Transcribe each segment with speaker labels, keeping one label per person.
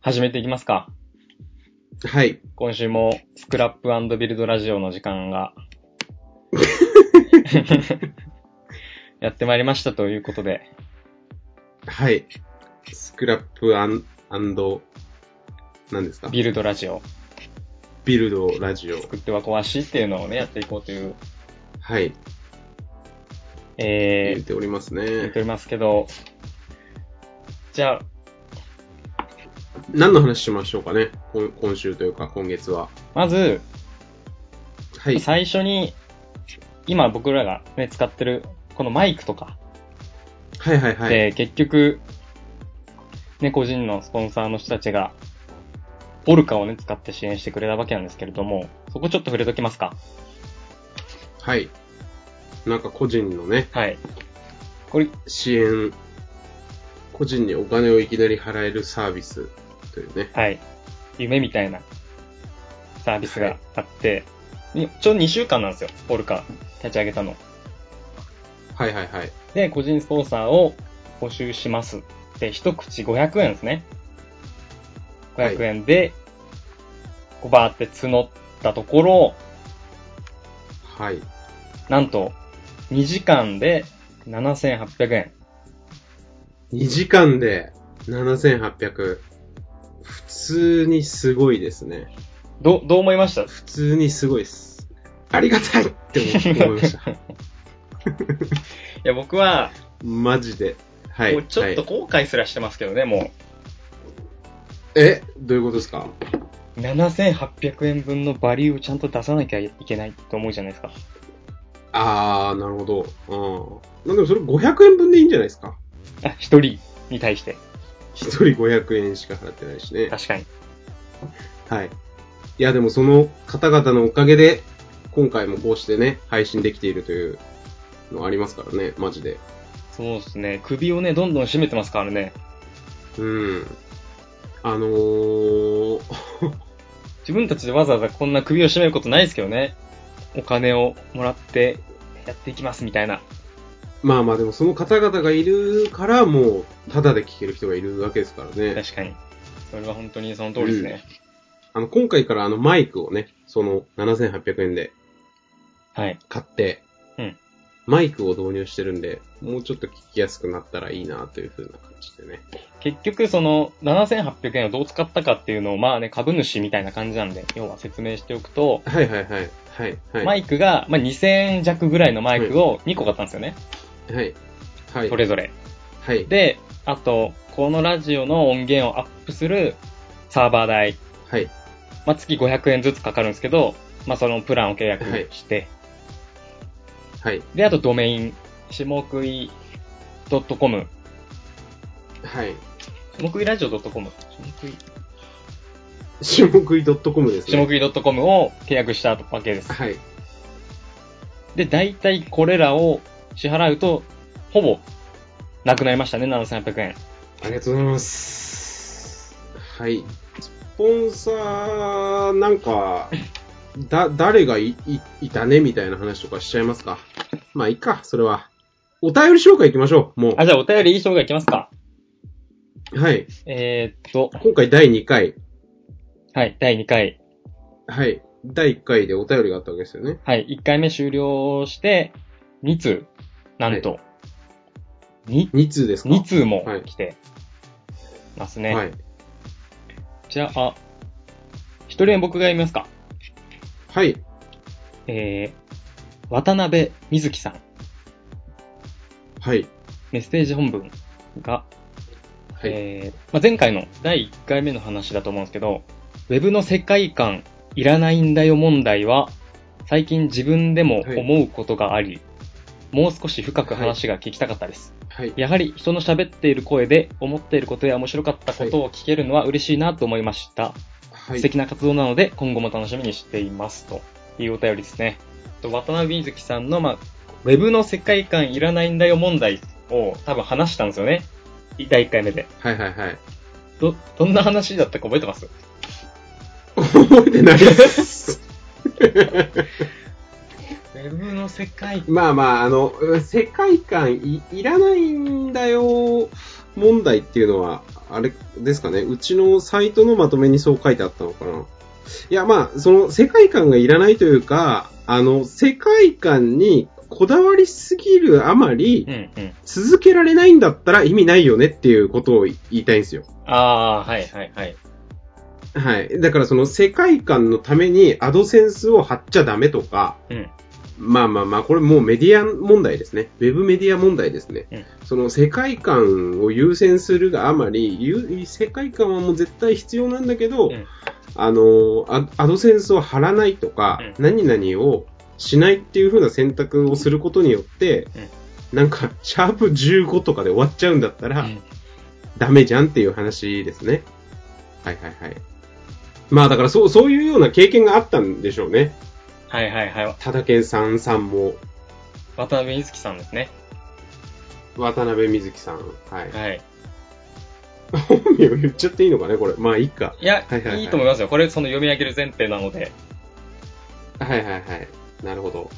Speaker 1: 始めていきますか。
Speaker 2: はい。
Speaker 1: 今週もスクラップビルドラジオの時間 がやってまいりましたということで、
Speaker 2: はい。スクラップアン、アンド、何ですか
Speaker 1: ビルドラジオ
Speaker 2: ビルドラジオ。
Speaker 1: 作っては壊しっていうのをね、やっていこうという、
Speaker 2: はい。
Speaker 1: え
Speaker 2: 言っております
Speaker 1: ー、言っ
Speaker 2: ね
Speaker 1: て。おりますけど、じゃあ、
Speaker 2: 何の話しましょうかね今今週というか今月は。
Speaker 1: まず、
Speaker 2: はい。
Speaker 1: 最初に、今僕らがね、使ってる、このマイクとか、
Speaker 2: はいはいはい。
Speaker 1: で、結局、ね、個人のスポンサーの人たちが、オルカをね、使って支援してくれたわけなんですけれども、そこちょっと触れときますか。
Speaker 2: はい。なんか個人のね、
Speaker 1: はい。これ、
Speaker 2: 支援、個人にお金をいきなり払えるサービスというね。
Speaker 1: はい。夢みたいなサービス
Speaker 2: は
Speaker 1: が
Speaker 2: い
Speaker 1: あって、にちょうど2週間なんですよ、オルカ立ち上げたの。
Speaker 2: はいはいはい。
Speaker 1: で、個人スポンサーを募集します。で、一口500円ですね。
Speaker 2: はい
Speaker 1: 500円で、こうバーって募ったところ、
Speaker 2: はい。
Speaker 1: なんと、2時間で7800円。
Speaker 2: 2時間で7800。普通にすごいですね。
Speaker 1: ど、どう思いました
Speaker 2: 普通にすごいっす。ありがたいって思思い ました。
Speaker 1: いや、僕は、
Speaker 2: マジで。はい。
Speaker 1: もうちょっと
Speaker 2: はい、
Speaker 1: 後悔すらしてますけどね、も
Speaker 2: え、どういうことですか
Speaker 1: う。7800円分のバリューをちゃんと出さなきゃいけないと思うじゃないですか。
Speaker 2: あー、なるほど。うん。なんでもそれ500円分でいいんじゃないですか
Speaker 1: あ、一人に対して。
Speaker 2: 一人500円しか払ってないしね。
Speaker 1: 確かに。
Speaker 2: はい。いや、でもその方々のおかげで、今回もこうしてね、配信できているというのありますからね、マジで。
Speaker 1: そうですね。首をね、どんどん締めてますからね。
Speaker 2: うん。あのー、
Speaker 1: 自分たちでわざわざこんな首を絞めることないですけどね。お金をもらってやっていきますみたいな。
Speaker 2: まあまあでもその方々がいるから、もう、ただで聞ける人がいるわけですからね。
Speaker 1: 確かに。それは本当にその通りですね。
Speaker 2: あの、今回からあのマイクをね、その7800円で
Speaker 1: はい。
Speaker 2: 買って、
Speaker 1: うん
Speaker 2: マイクを導入してるんで、もうちょっと聞きやすくなったらいいなというふうな感じでね。
Speaker 1: 結局その7800円をどう使ったかっていうのをまあね、株主みたいな感じなんで、要は説明しておくと、
Speaker 2: はいはいはい。はいはい。
Speaker 1: マイクが、まあ、2000円弱ぐらいのマイクを2個買ったんですよね。
Speaker 2: はい。はい。
Speaker 1: それぞれ。
Speaker 2: はい。
Speaker 1: で、あと、このラジオの音源をアップするサーバー代、
Speaker 2: はい。
Speaker 1: まあ、月500円ずつかかるんですけど、まあ、そのプランを契約して、
Speaker 2: はい。
Speaker 1: で、あとドメイン、下食い .com、
Speaker 2: はい。
Speaker 1: 下食いラジオ .com、下食い、
Speaker 2: 下食い .com です
Speaker 1: 下
Speaker 2: ね。
Speaker 1: 食い .com を契約したわけです。
Speaker 2: はい。
Speaker 1: で、大体これらを支払うと、ほぼ、なくなりましたね、7800円。
Speaker 2: ありがとうございます。はい。スポンサー、なん か、だ、誰がい、い、いたねみたいな話とかしちゃいますか。まあいいか、それは。お便り紹介行きましょう、もう。
Speaker 1: あ、じゃあお便り紹介いきますか。
Speaker 2: はい。
Speaker 1: えー、っと、
Speaker 2: 今回第2回。
Speaker 1: はい、第2回。
Speaker 2: はい。第1回でお便りがあったわけですよね。
Speaker 1: はい、1回目終了して、2通、なんと、2、
Speaker 2: 2通ですか
Speaker 1: 2通も
Speaker 2: はい
Speaker 1: 来てますね。
Speaker 2: はい。
Speaker 1: じゃあ、1人目僕が読みますか。
Speaker 2: はい。
Speaker 1: えー、渡辺瑞希さん、
Speaker 2: はい。
Speaker 1: メッセージ本文が、
Speaker 2: はい。
Speaker 1: えーまあ、前回の第1回目の話だと思うんですけど、ウェブの世界観いらないんだよ問題は、最近自分でも思うことがあり、もう少し深く話が聞きたかったです。
Speaker 2: はい。
Speaker 1: やはり人の喋っている声で思っていることや面白かったことを聞けるのは嬉しいなと思いました。
Speaker 2: はい。
Speaker 1: 素敵な活動なので、今後も楽しみにしています。というお便りですね。と渡辺瑞希さんの、まあ、ウェブの世界観いらないんだよ問題を多分話したんですよね。第1回目で。
Speaker 2: はいはいはい。
Speaker 1: ど、どんな話だったか覚えてます
Speaker 2: 覚えてない です。
Speaker 1: ウェブの世界観。
Speaker 2: まあまあ、あの、世界観いいらないんだよ問題っていうのは、あれですかね、うちのサイトのまとめにそう書いてあったのかな。いや、まあ、その世界観がいらないというか、あの、世界観にこだわりすぎるあまり、
Speaker 1: うんうん。
Speaker 2: 続けられないんだったら意味ないよねっていうことを言いたいんですよ。
Speaker 1: ああー、はいはいはい。
Speaker 2: はい。だからその世界観のためにアドセンスを貼っちゃダメとか、
Speaker 1: うん。
Speaker 2: まあまあまあ、これもうメディア問題ですね。ウェブメディア問題ですね。
Speaker 1: うん
Speaker 2: その世界観を優先するがあまり、ゆ世界観はもう絶対必要なんだけど、
Speaker 1: うん
Speaker 2: あのア、アドセンスを貼らないとか、
Speaker 1: うん
Speaker 2: 何々をしないっていう風な選択をすることによって、なんか、シャープ15とかで終わっちゃうんだったら、
Speaker 1: うん
Speaker 2: ダメじゃんっていう話ですね。はいはいはい。まあだからそう、そういうような経験があったんでしょうね。
Speaker 1: はいはいはい。
Speaker 2: ただけんさんさんも、
Speaker 1: 渡辺美月さんですね。
Speaker 2: 渡辺瑞希さん。はい。
Speaker 1: はい。
Speaker 2: 本名言っちゃ っていいのかね、これ。まあいいか。
Speaker 1: いや、
Speaker 2: はいはいはい
Speaker 1: いいと思いますよ。これその読み上げる前提なので。
Speaker 2: はいはいはい。なるほど。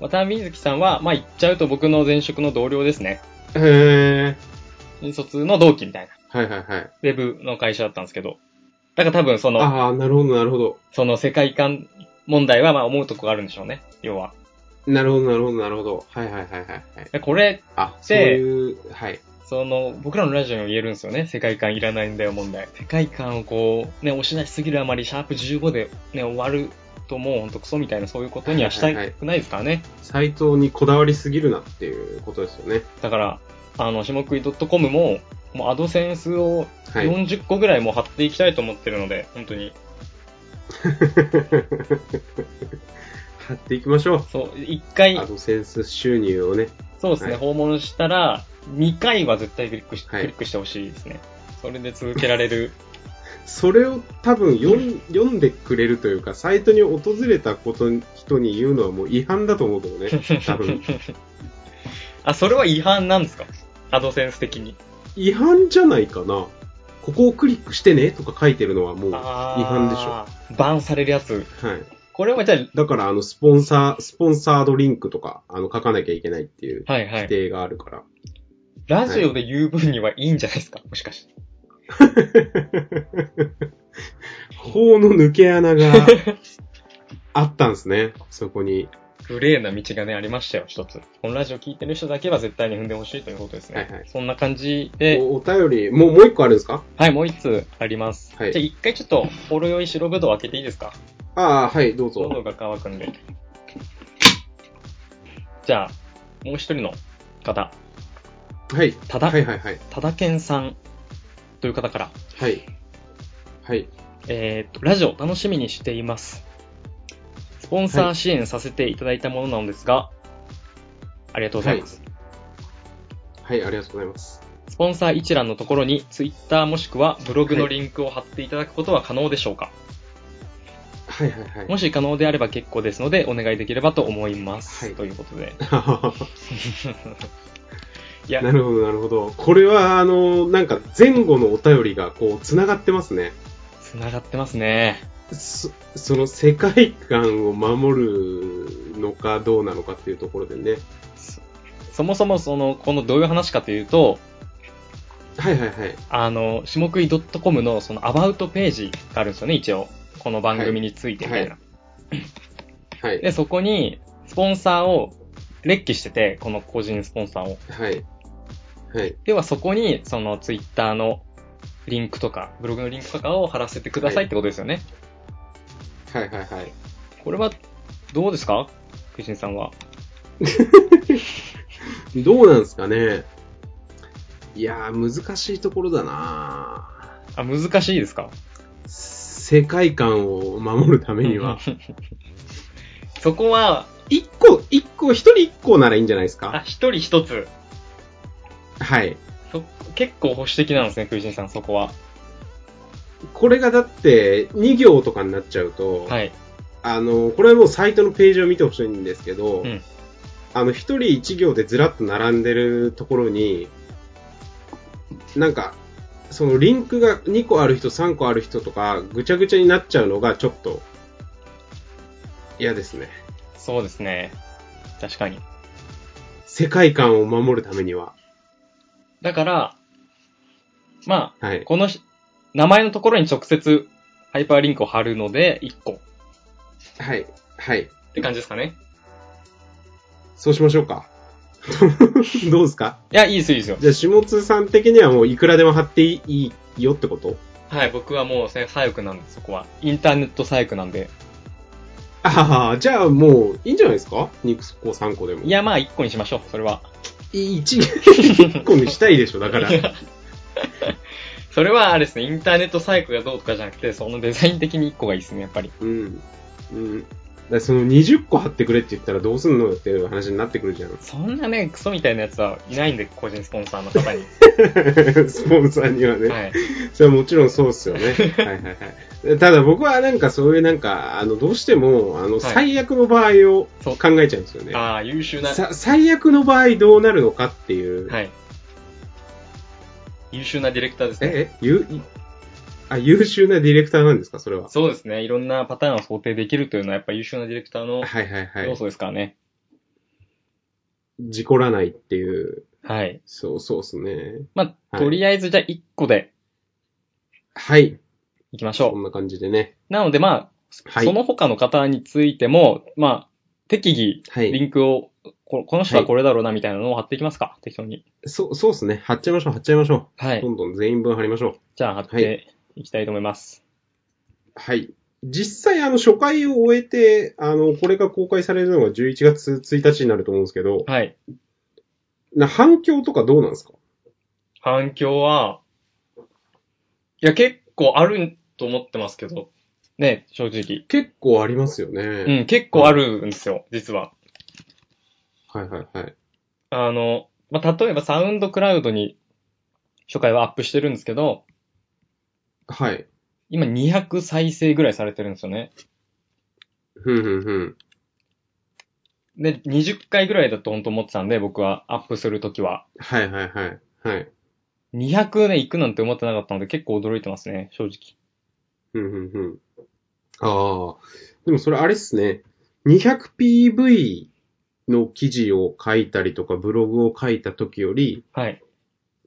Speaker 1: 渡辺美月さんは、まあ言っちゃうと僕の前職の同僚ですね。
Speaker 2: へえ。
Speaker 1: 新卒の同期みたいな。
Speaker 2: はいはいはい。
Speaker 1: ウェブの会社だったんですけど。だから多分その、
Speaker 2: ああ、なるほどなるほど。
Speaker 1: その世界観問題はまあ思うとこがあるんでしょうね。要は。
Speaker 2: なるほどなるほどなるほど。はいはいはいはいはい。
Speaker 1: でこれ、
Speaker 2: あ、そういう、はい。
Speaker 1: その、僕らのラジオにも言えるんですよね。世界観いらないんだよ問題。世界観をこう、ね、押し出しすぎるあまり、シャープ15でね、終わるともうほんとクソみたいな、そういうことにはしたくないですからね。
Speaker 2: サイトにこだわりすぎるなっていうことですよね。
Speaker 1: だから、あの、下食い .com も、もうアドセンスを
Speaker 2: はい。
Speaker 1: 40個ぐらいもう貼っていきたいと思ってるので、本当に。
Speaker 2: 貼っていきましょ
Speaker 1: そう、一回
Speaker 2: う。ア、ドセンス収入をね。
Speaker 1: そうですね、
Speaker 2: はい
Speaker 1: 訪問したら、2回は絶対クリックし,、
Speaker 2: はい
Speaker 1: クリックしてほしいですね。それで続けられる。
Speaker 2: それを多分読ん読んでくれるというか、サイトに訪れたことに人に言うのはもう違反だと思うけ どね。多分。
Speaker 1: あ、それは違反なんですかアドセンス的に。
Speaker 2: 違反じゃないかな。ここをクリックしてねとか書いてるのはもう違反でしょ。
Speaker 1: ょ。バンされるやつ。
Speaker 2: はい。
Speaker 1: これはじゃ
Speaker 2: だから、あの、スポンサー、スポンサードリンクとか、あの、書かなきゃいけないっていう
Speaker 1: あ、はいは
Speaker 2: 規
Speaker 1: い。
Speaker 2: 定があるから。
Speaker 1: ラジオで言う分にはいいんじゃないですかもしかして。
Speaker 2: 法の抜け 穴があったんですね。そこに。
Speaker 1: グレーな道がね、ありましたよ、一つ。このラジオ聞いてる人だけは絶対に踏んでほしいということですね。
Speaker 2: はいはい
Speaker 1: そんな感じで、
Speaker 2: おお便り、もう、もう一個あるんですか
Speaker 1: はい、もう一つあります。
Speaker 2: はい
Speaker 1: じゃあ一回ちょっと、ほろ酔い白ぶどう開けていいですか
Speaker 2: ああ、はい、どうぞ。
Speaker 1: 喉が乾くんで。じゃあ、もう一人の方、
Speaker 2: はい。
Speaker 1: ただ、
Speaker 2: はいはいはい。
Speaker 1: ただけんさんという方から、
Speaker 2: はい。はい。
Speaker 1: えーと、ラジオ楽しみにしています。スポンサー支援させていただいたものなのですが、ありがとうございます。
Speaker 2: はい、ありがとうございます。
Speaker 1: スポンサー一覧のところに、ツイッターもしくはブログのリンクを貼っていただくことは可能でしょうか、
Speaker 2: はいはいはい。
Speaker 1: もし可能であれば結構ですので、お願いできればと思います。
Speaker 2: はい
Speaker 1: ということ で。いや
Speaker 2: な、るほど、なるほど。これは、あの、なんか前後のお便りが、こう、繋がってますね。
Speaker 1: 繋がってますね。
Speaker 2: そその世界観を守るのかどうなのかっていうところでね。
Speaker 1: そそもそもその、このどういう話かというと、
Speaker 2: はいはいはい。
Speaker 1: あの、下食い .com のそのアバウトページがあるんですよね、一応。この番組についてみたいな。
Speaker 2: はい。
Speaker 1: で、そこに、スポンサーを列記してて、この個人スポンサーを。
Speaker 2: はい。はい。
Speaker 1: ではそこに、そのツイッターのリンクとか、ブログのリンクとかを貼らせてくださいってことですよね。
Speaker 2: はいはいはい。
Speaker 1: これは、どうですかクイシンさんは。
Speaker 2: どうなんですかね。いやー、難しいところだな
Speaker 1: あ、難しいですか
Speaker 2: 世界観を守るためには。。
Speaker 1: そこは、
Speaker 2: 一個、一個、一人一個ならいいんじゃないです
Speaker 1: あ、
Speaker 2: か
Speaker 1: 一人一つ。
Speaker 2: はい。
Speaker 1: そ結構保守的なんですね、クイシンさん、そこは。
Speaker 2: これがだって、2行とかになっちゃうと、
Speaker 1: はい。
Speaker 2: あの、これはもうサイトのページを見てほしいんですけど、
Speaker 1: うん
Speaker 2: あの、一人一行でずらっと並んでるところに、なんか、そのリンクが2個ある人、3個ある人とか、ぐちゃぐちゃになっちゃうのがちょっと、嫌ですね。
Speaker 1: そうですね。確かに。
Speaker 2: 世界観を守るためには。
Speaker 1: だから、ま
Speaker 2: は
Speaker 1: あ、
Speaker 2: い。
Speaker 1: このし名前のところに直接ハイパーリンクを貼るので、1個っ
Speaker 2: はい。はい。
Speaker 1: て感じですかね。
Speaker 2: そうしましょうか。 どうですか
Speaker 1: いや、いいですよ、いいですよ。
Speaker 2: じゃあ、下津さん的にはもういくらでも貼っていいよってこと
Speaker 1: はい、僕はもう左翼なんで、そこは。インターネット左翼なんで。
Speaker 2: ああ、じゃあもういいんじゃないですか ?2 個3個でも。
Speaker 1: い
Speaker 2: や、
Speaker 1: や、まあ、1個にしましょう、それは。
Speaker 2: 1個にしたいでしょ、だから。
Speaker 1: それはあれですね、インターネット左翼がどうとかじゃなくて、そのデザイン的に1個がいいですね、やっぱり。
Speaker 2: うん。うん。だからその20個貼ってくれって言ったらどうすんのよっていう話になってくるじゃ ん。
Speaker 1: そんなね、クソみたいなやつはいないんで、個人スポンサーの方に。
Speaker 2: スポンサーにはね。
Speaker 1: はい。
Speaker 2: それはもちろんそうっすよね。 はいはいはい。ただ僕はなんかそういうなんか、あの、どうしても、あの、最悪の場合を
Speaker 1: そう
Speaker 2: 考えちゃうんですよね。
Speaker 1: ああ、優秀な。
Speaker 2: さ最悪の場合どうなるのかっていう。
Speaker 1: はい。優秀なディレクターですね。
Speaker 2: え、え、ゆ、いあ、優秀なディレクターなんですかそれは。
Speaker 1: そうですね。いろんなパターンを想定できるというのは、やっぱ優秀なディレクターの
Speaker 2: はいはいは
Speaker 1: 要
Speaker 2: い。
Speaker 1: 素ですからね。
Speaker 2: 事故らないっていう。
Speaker 1: はい。
Speaker 2: そうそうっすね。
Speaker 1: まあ、
Speaker 2: はい
Speaker 1: とりあえずじゃあ1個で
Speaker 2: はい。
Speaker 1: いきまし
Speaker 2: こ
Speaker 1: ょ
Speaker 2: んな感じでね。
Speaker 1: う。なので、まあ、
Speaker 2: はい。
Speaker 1: その他の方についても、まあ、適宜、
Speaker 2: はい
Speaker 1: リンクを、ここの人はこれだろうなみたいなのを貼っていきますか、適当に。
Speaker 2: そう、そうっすね。貼っちゃいましょう、貼っちゃいましょ
Speaker 1: は
Speaker 2: う。
Speaker 1: い
Speaker 2: ど。んどん全員分貼りましょう。
Speaker 1: じゃあ貼っていきたいと思います。
Speaker 2: はい。実際、あの、初回を終えて、あの、これが公開されるのが11月1日になると思うんですけど、
Speaker 1: はい。
Speaker 2: な反響とかどうなんですか
Speaker 1: 反響は、いや、結構あると思ってますけど、ね、正直。
Speaker 2: 結構ありますよね。
Speaker 1: うん、結構あるんですよ、実は。
Speaker 2: はいはいはい。
Speaker 1: あの、まあ、例えばサウンドクラウドに初回はアップしてるんですけど、
Speaker 2: はい。
Speaker 1: 今200再生ぐらいされてるんですよね。
Speaker 2: ふんふんふん。
Speaker 1: で、20回ぐらいだと本当思ってたんで、僕はアップするときは。
Speaker 2: はいはいはい。はい。
Speaker 1: 200ね、行くなんて思ってなかったので結構驚いてますね、正直。
Speaker 2: ふんふんふん。ああ。でもそれあれっすね。200PV の記事を書いたりとか、ブログを書いた時より、
Speaker 1: はい。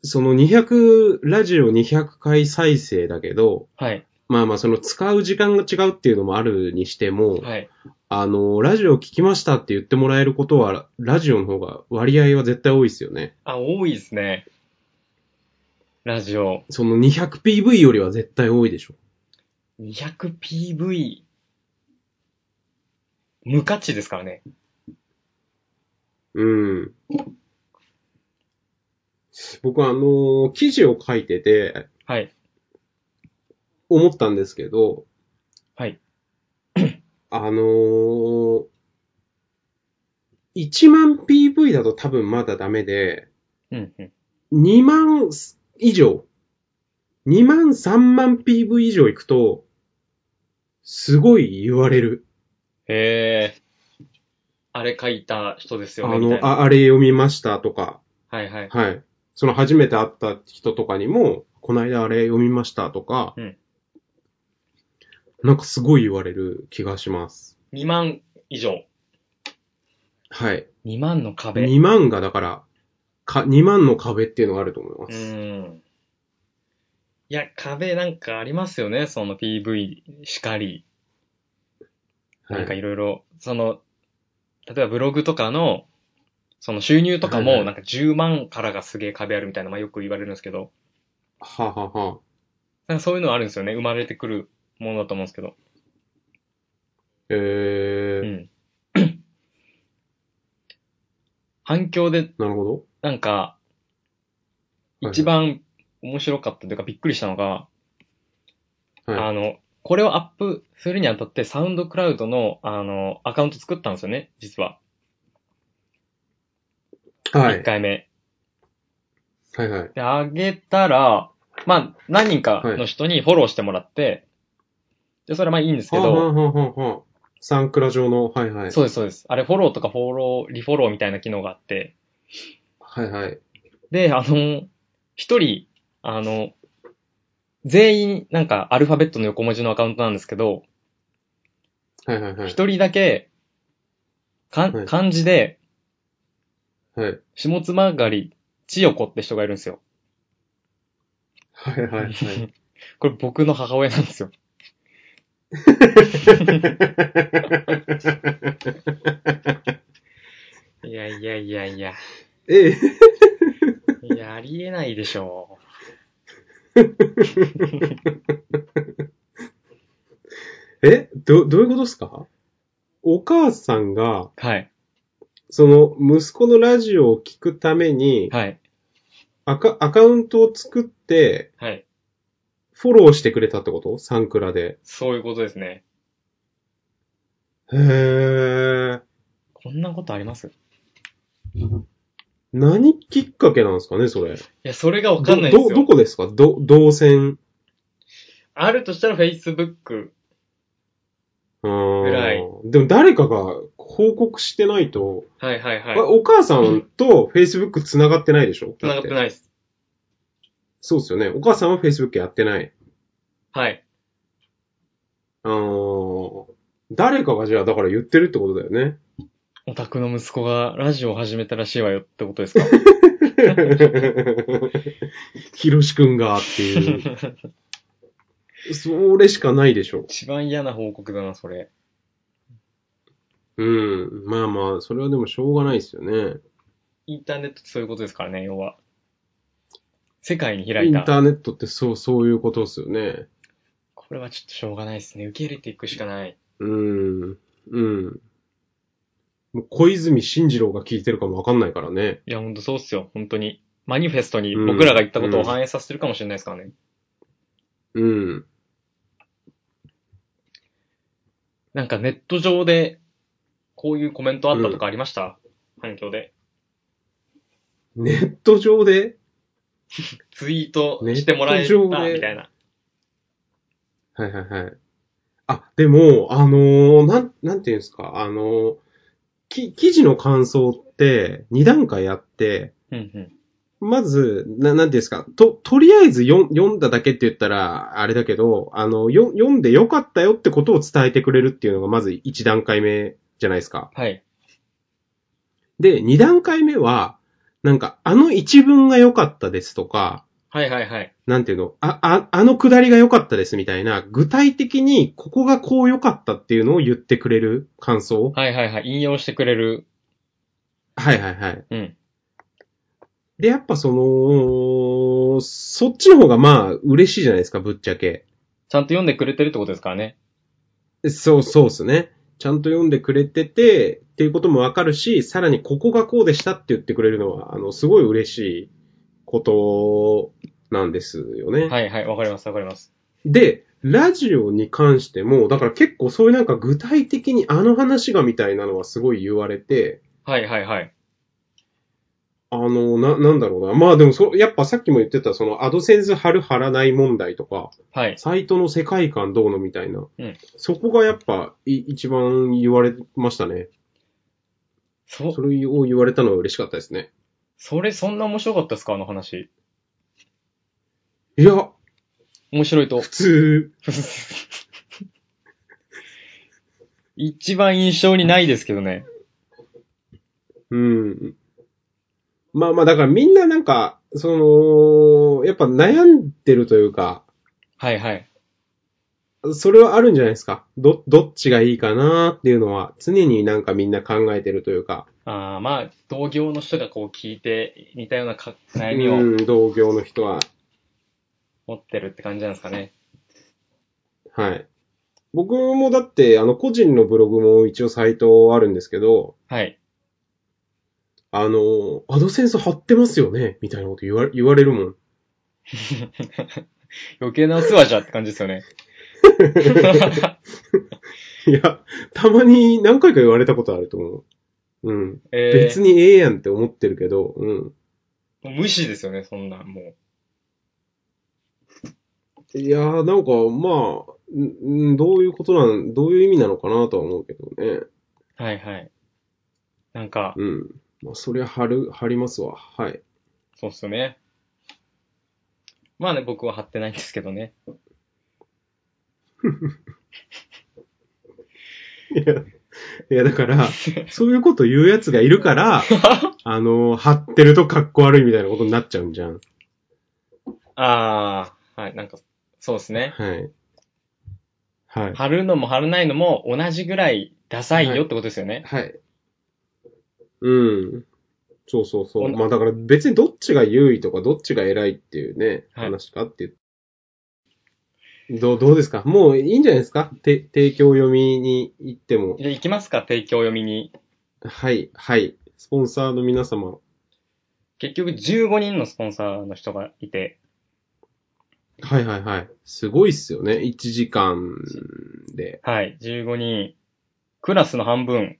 Speaker 2: その200、ラジオ200回再生だけど、
Speaker 1: はい。
Speaker 2: まあまあ、その使う時間が違うっていうのもあるにしても、
Speaker 1: はい。
Speaker 2: あの、ラジオ聞きましたって言ってもらえることは、ラジオの方が割合は絶対多いですよね。
Speaker 1: あ、多いですね。ラジオ。
Speaker 2: その 200PV よりは絶対多いでしょ。
Speaker 1: 200PV、無価値ですからね。
Speaker 2: うん。僕はあの、記事を書いてて
Speaker 1: はい。
Speaker 2: 思ったんですけど、
Speaker 1: はい。
Speaker 2: あのー、1万 PV だと多分まだダメで、
Speaker 1: うん、うん。
Speaker 2: 2万以上、2万3万 PV 以上行くと、すごい言われる。
Speaker 1: へえ。あれ書いた人ですよね。
Speaker 2: あ
Speaker 1: みたい
Speaker 2: の、
Speaker 1: な
Speaker 2: あ、あれ読みましたとか、
Speaker 1: はいはい。
Speaker 2: はい。その初めて会った人とかにも、この間あれ読みましたとか、
Speaker 1: うん
Speaker 2: なんかすごい言われる気がします。
Speaker 1: 2万以上。
Speaker 2: はい。
Speaker 1: 2万の壁。う
Speaker 2: 2万がだから、か、2万の壁っていうのがあると思います。
Speaker 1: ーん。いや、壁なんかありますよね。その PV しかり。
Speaker 2: は
Speaker 1: なんか
Speaker 2: い
Speaker 1: いろいろ、その、例えばブログとかの、その収入とか
Speaker 2: はいは
Speaker 1: も、
Speaker 2: い
Speaker 1: なんか10万からがすげえ壁あるみたいな、まあよく言われるんですけど、
Speaker 2: はあはあはあ
Speaker 1: なんかそういうのはあるんですよね。生まれてくるものだと思うんですけど。
Speaker 2: えー、
Speaker 1: うん。 反響で、
Speaker 2: なるほど。
Speaker 1: なんか、
Speaker 2: はい
Speaker 1: 一番面白かったというかびっくりしたのが、
Speaker 2: はい
Speaker 1: あの、これをアップするにあたってサウンドクラウドの、あの、アカウント作ったんですよね、実は。
Speaker 2: は
Speaker 1: 1
Speaker 2: い。
Speaker 1: 回目。
Speaker 2: はいはい。
Speaker 1: で、あげたら、まあ、何人かの人にフォローしてもらって、で、それはまあいいんですけ
Speaker 2: はあは
Speaker 1: ど、
Speaker 2: あはあはあサンクラ上の、はいはい。
Speaker 1: そうです、そうです。あれ、フォローとかフォロー、リフォローみたいな機能があって、
Speaker 2: はいはい。
Speaker 1: で、あの、一人、あの、全員、なんか、アルファベットの横文字のアカウントなんですけど、
Speaker 2: はいはいはい。
Speaker 1: 一人だけ、か
Speaker 2: はい
Speaker 1: ん、漢字で、
Speaker 2: はい。
Speaker 1: 下妻がり、千代子って人がいるんですよ。
Speaker 2: はいは いはい。
Speaker 1: これ僕の母親なんですよ。いやいやいやいや。
Speaker 2: ええ。
Speaker 1: いや、ありえないでしょ
Speaker 2: えど、どういうことですかお母さんが、
Speaker 1: う。はい。
Speaker 2: その、息子のラジオを聞くために、
Speaker 1: はい。
Speaker 2: アカ、アカウントを作って、
Speaker 1: はい。
Speaker 2: フォローしてくれたってことサンクラで。
Speaker 1: そういうことですね。
Speaker 2: へえ。
Speaker 1: こんなことありますい
Speaker 2: 何きっかけなんですかね、それ。
Speaker 1: や、それがわかんないんで
Speaker 2: ど、
Speaker 1: す
Speaker 2: どど
Speaker 1: よ。
Speaker 2: こですかど、動線。
Speaker 1: あるとしたら Facebook。
Speaker 2: うーん
Speaker 1: ぐらい。
Speaker 2: でも誰かが報告してないと、
Speaker 1: はいはい
Speaker 2: あ
Speaker 1: はい。
Speaker 2: お母さんと Facebook 繋がってないでしょ
Speaker 1: 繋がって
Speaker 2: い。
Speaker 1: ないです。
Speaker 2: そうですよね。お母さんは Facebook やってない。
Speaker 1: はい。
Speaker 2: あー誰かがじゃあ、だから言ってるってことだよ ね。
Speaker 1: オタクの息子がラジオを始めたらしいわよってことですか
Speaker 2: ひろしくんがっていう。それしかないでしょ。
Speaker 1: 一番嫌な報告だな、それ。
Speaker 2: うん。まあまあ、それはでもしょうがないですよね。
Speaker 1: インターネットってそういうことですからね、要は。世界に開
Speaker 2: イ
Speaker 1: い
Speaker 2: ン
Speaker 1: た。
Speaker 2: ターネットってそう、そういうことですよね。
Speaker 1: これはちょっとしょうがないですね。受け入れていくしかない。
Speaker 2: うん。うん。もう小泉進次郎が聞いてるかもわかんないからね。
Speaker 1: いや、ほんとそうっすよ。本当に。マニフェストに僕らが言ったことを反映させてるかもしれないですからね。
Speaker 2: うん。
Speaker 1: なんかネット上で、こういうコメントあったとかありました、反響で。
Speaker 2: ネット上で
Speaker 1: ツイートしてもらえた、
Speaker 2: ネット
Speaker 1: み
Speaker 2: 上で
Speaker 1: たいな。
Speaker 2: はいはいはい。あ、でも、あのーなん、なんていうんですか、あのーき、記事の感想って、2段階あって、
Speaker 1: うんうん。
Speaker 2: まず、な、なんていうんですか、と、とりあえず読ん読んだだけって言ったら、あれだけど、あの、よ読んでよかったよってことを伝えてくれるっていうのが、まず1段階目じゃないですか。
Speaker 1: はい。
Speaker 2: で、2段階目は、なんか、あの一文が良かったですとか、
Speaker 1: はいはいはい。
Speaker 2: なんていうの、あ、あ、あのくだりが良かったですみたいな、具体的にここがこう良かったっていうのを言ってくれる感想。
Speaker 1: はいはいはい。引用してくれる。
Speaker 2: はいはいはい。
Speaker 1: うん。
Speaker 2: で、やっぱその、そっちの方がまあ嬉しいじゃないですか、ぶっちゃけ。
Speaker 1: ちゃんと読んでくれてるってことですからね。
Speaker 2: そうそうですね。ちゃんと読んでくれてて、っていうこともわかるし、さらにここがこうでしたって言ってくれるのは、あの、すごい嬉しいことなんですよね。
Speaker 1: はいはい。わかりますわかります。
Speaker 2: で、ラジオに関しても、だから結構そういうなんか具体的にあの話がみたいなのはすごい言われて、
Speaker 1: はいはいはい。
Speaker 2: あの、な、なんだろうな。まあでもそ、やっぱさっきも言ってた、そのアドセンス貼る貼らない問題とか、
Speaker 1: はい。
Speaker 2: サイトの世界観どうのみたいな。
Speaker 1: うん
Speaker 2: そこがやっぱい一番言われましたね。
Speaker 1: そ
Speaker 2: そ、れを言われたのは嬉しかったですね。
Speaker 1: それそんな面白かったですかあの話。
Speaker 2: いや、
Speaker 1: 面白いと
Speaker 2: 普。通、
Speaker 1: 一番印象にないですけどね。
Speaker 2: うん。まあまあ、だからみんななんか、その、やっぱ悩んでるというか、
Speaker 1: はいはい。
Speaker 2: それはあるんじゃないですか。ど、どっちがいいかなっていうのは、常になんかみんな考えてるというか、
Speaker 1: ああ、まあ、同業の人がこう聞いて、似たようなか
Speaker 2: う
Speaker 1: 悩みを
Speaker 2: ん、同業の人は、
Speaker 1: 持ってるって感じなんですかね。
Speaker 2: はい。僕もだって、あの、個人のブログも一応サイトあるんですけど、
Speaker 1: はい。
Speaker 2: あの、アドセンス貼ってますよねみたいなこと言わ言われるもん。
Speaker 1: 余計なお世話じゃって感じですよ ね。
Speaker 2: いや、たまに何回か言われたことあると思う。うん。
Speaker 1: えー、
Speaker 2: 別にええやんって思ってるけど、うん。
Speaker 1: 無視ですよね、そんなん、も
Speaker 2: いやー、なんか、まあ、んんどういうことなん、どういう意味なのかなとは思うけどね。
Speaker 1: う。はいはい。なんか、
Speaker 2: うん。まあ、そりゃ貼る、貼りますわ。はい。
Speaker 1: そうっすよね。まあね、僕は貼ってないんですけどね。
Speaker 2: いや、いやだ から、そういうこと言うやつがいる から、あの、貼ってるとかっこ悪いみたいなことになっちゃうんじゃん。
Speaker 1: ああ、はい、なんか、そうですね。
Speaker 2: はい。はい。
Speaker 1: 貼るのも貼らないのも同じぐらいダサいよってことですよね。
Speaker 2: はい。うん。そうそうそ
Speaker 1: お
Speaker 2: う。
Speaker 1: な
Speaker 2: まあだから別にどっちが優位とかどっちが偉いっていうね、
Speaker 1: はい
Speaker 2: 話かっていう。どう、どうですかもういいんじゃないですかて提供読みに行っても。
Speaker 1: じゃあ行きますか、提供読みに。
Speaker 2: はい、はい。スポンサーの皆様。
Speaker 1: 結局15人のスポンサーの人がいて、
Speaker 2: はいはいはい。すごいっすよね。1時間で。
Speaker 1: はい、15人、クラスの半分、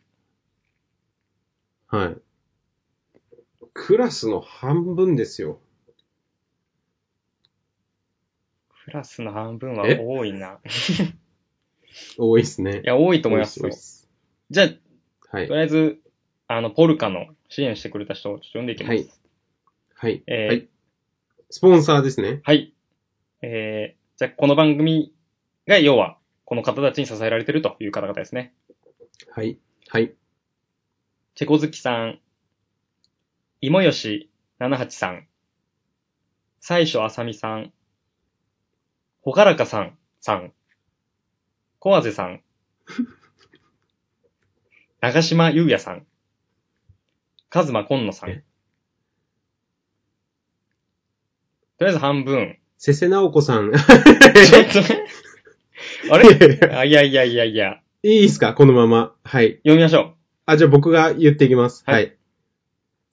Speaker 2: はい。クラスの半分ですよ。
Speaker 1: クラスの半分は
Speaker 2: え
Speaker 1: 多いな。
Speaker 2: 多いっすね
Speaker 1: い。や、多いと思います
Speaker 2: 多
Speaker 1: よ
Speaker 2: っ。す
Speaker 1: じゃあ、と
Speaker 2: 多いっす
Speaker 1: り
Speaker 2: はい。
Speaker 1: あえず、あの、ポルカの支援してくれた人をちょっと読んでいきます。
Speaker 2: はいはい。
Speaker 1: えー
Speaker 2: はい。スポンサーですね。
Speaker 1: はい。えー、じゃあ、この番組が、要は、この方たちに支えられてるという方々ですね。
Speaker 2: はい。はい。
Speaker 1: チェコズキさん、いもよし78さん、最初あさみさん、ほからかさん、さん、こわぜさ ん、長島ゆうやさん、かずまこんのさん。と
Speaker 2: え
Speaker 1: りあえず半分。
Speaker 2: 瀬瀬直子さん。
Speaker 1: ちょっとね。 あれあいやいやいやいや。
Speaker 2: いいですかこのまま。はい。
Speaker 1: 読みましょ
Speaker 2: あ、じゃあ僕が言っていきます。
Speaker 1: は
Speaker 2: はいい。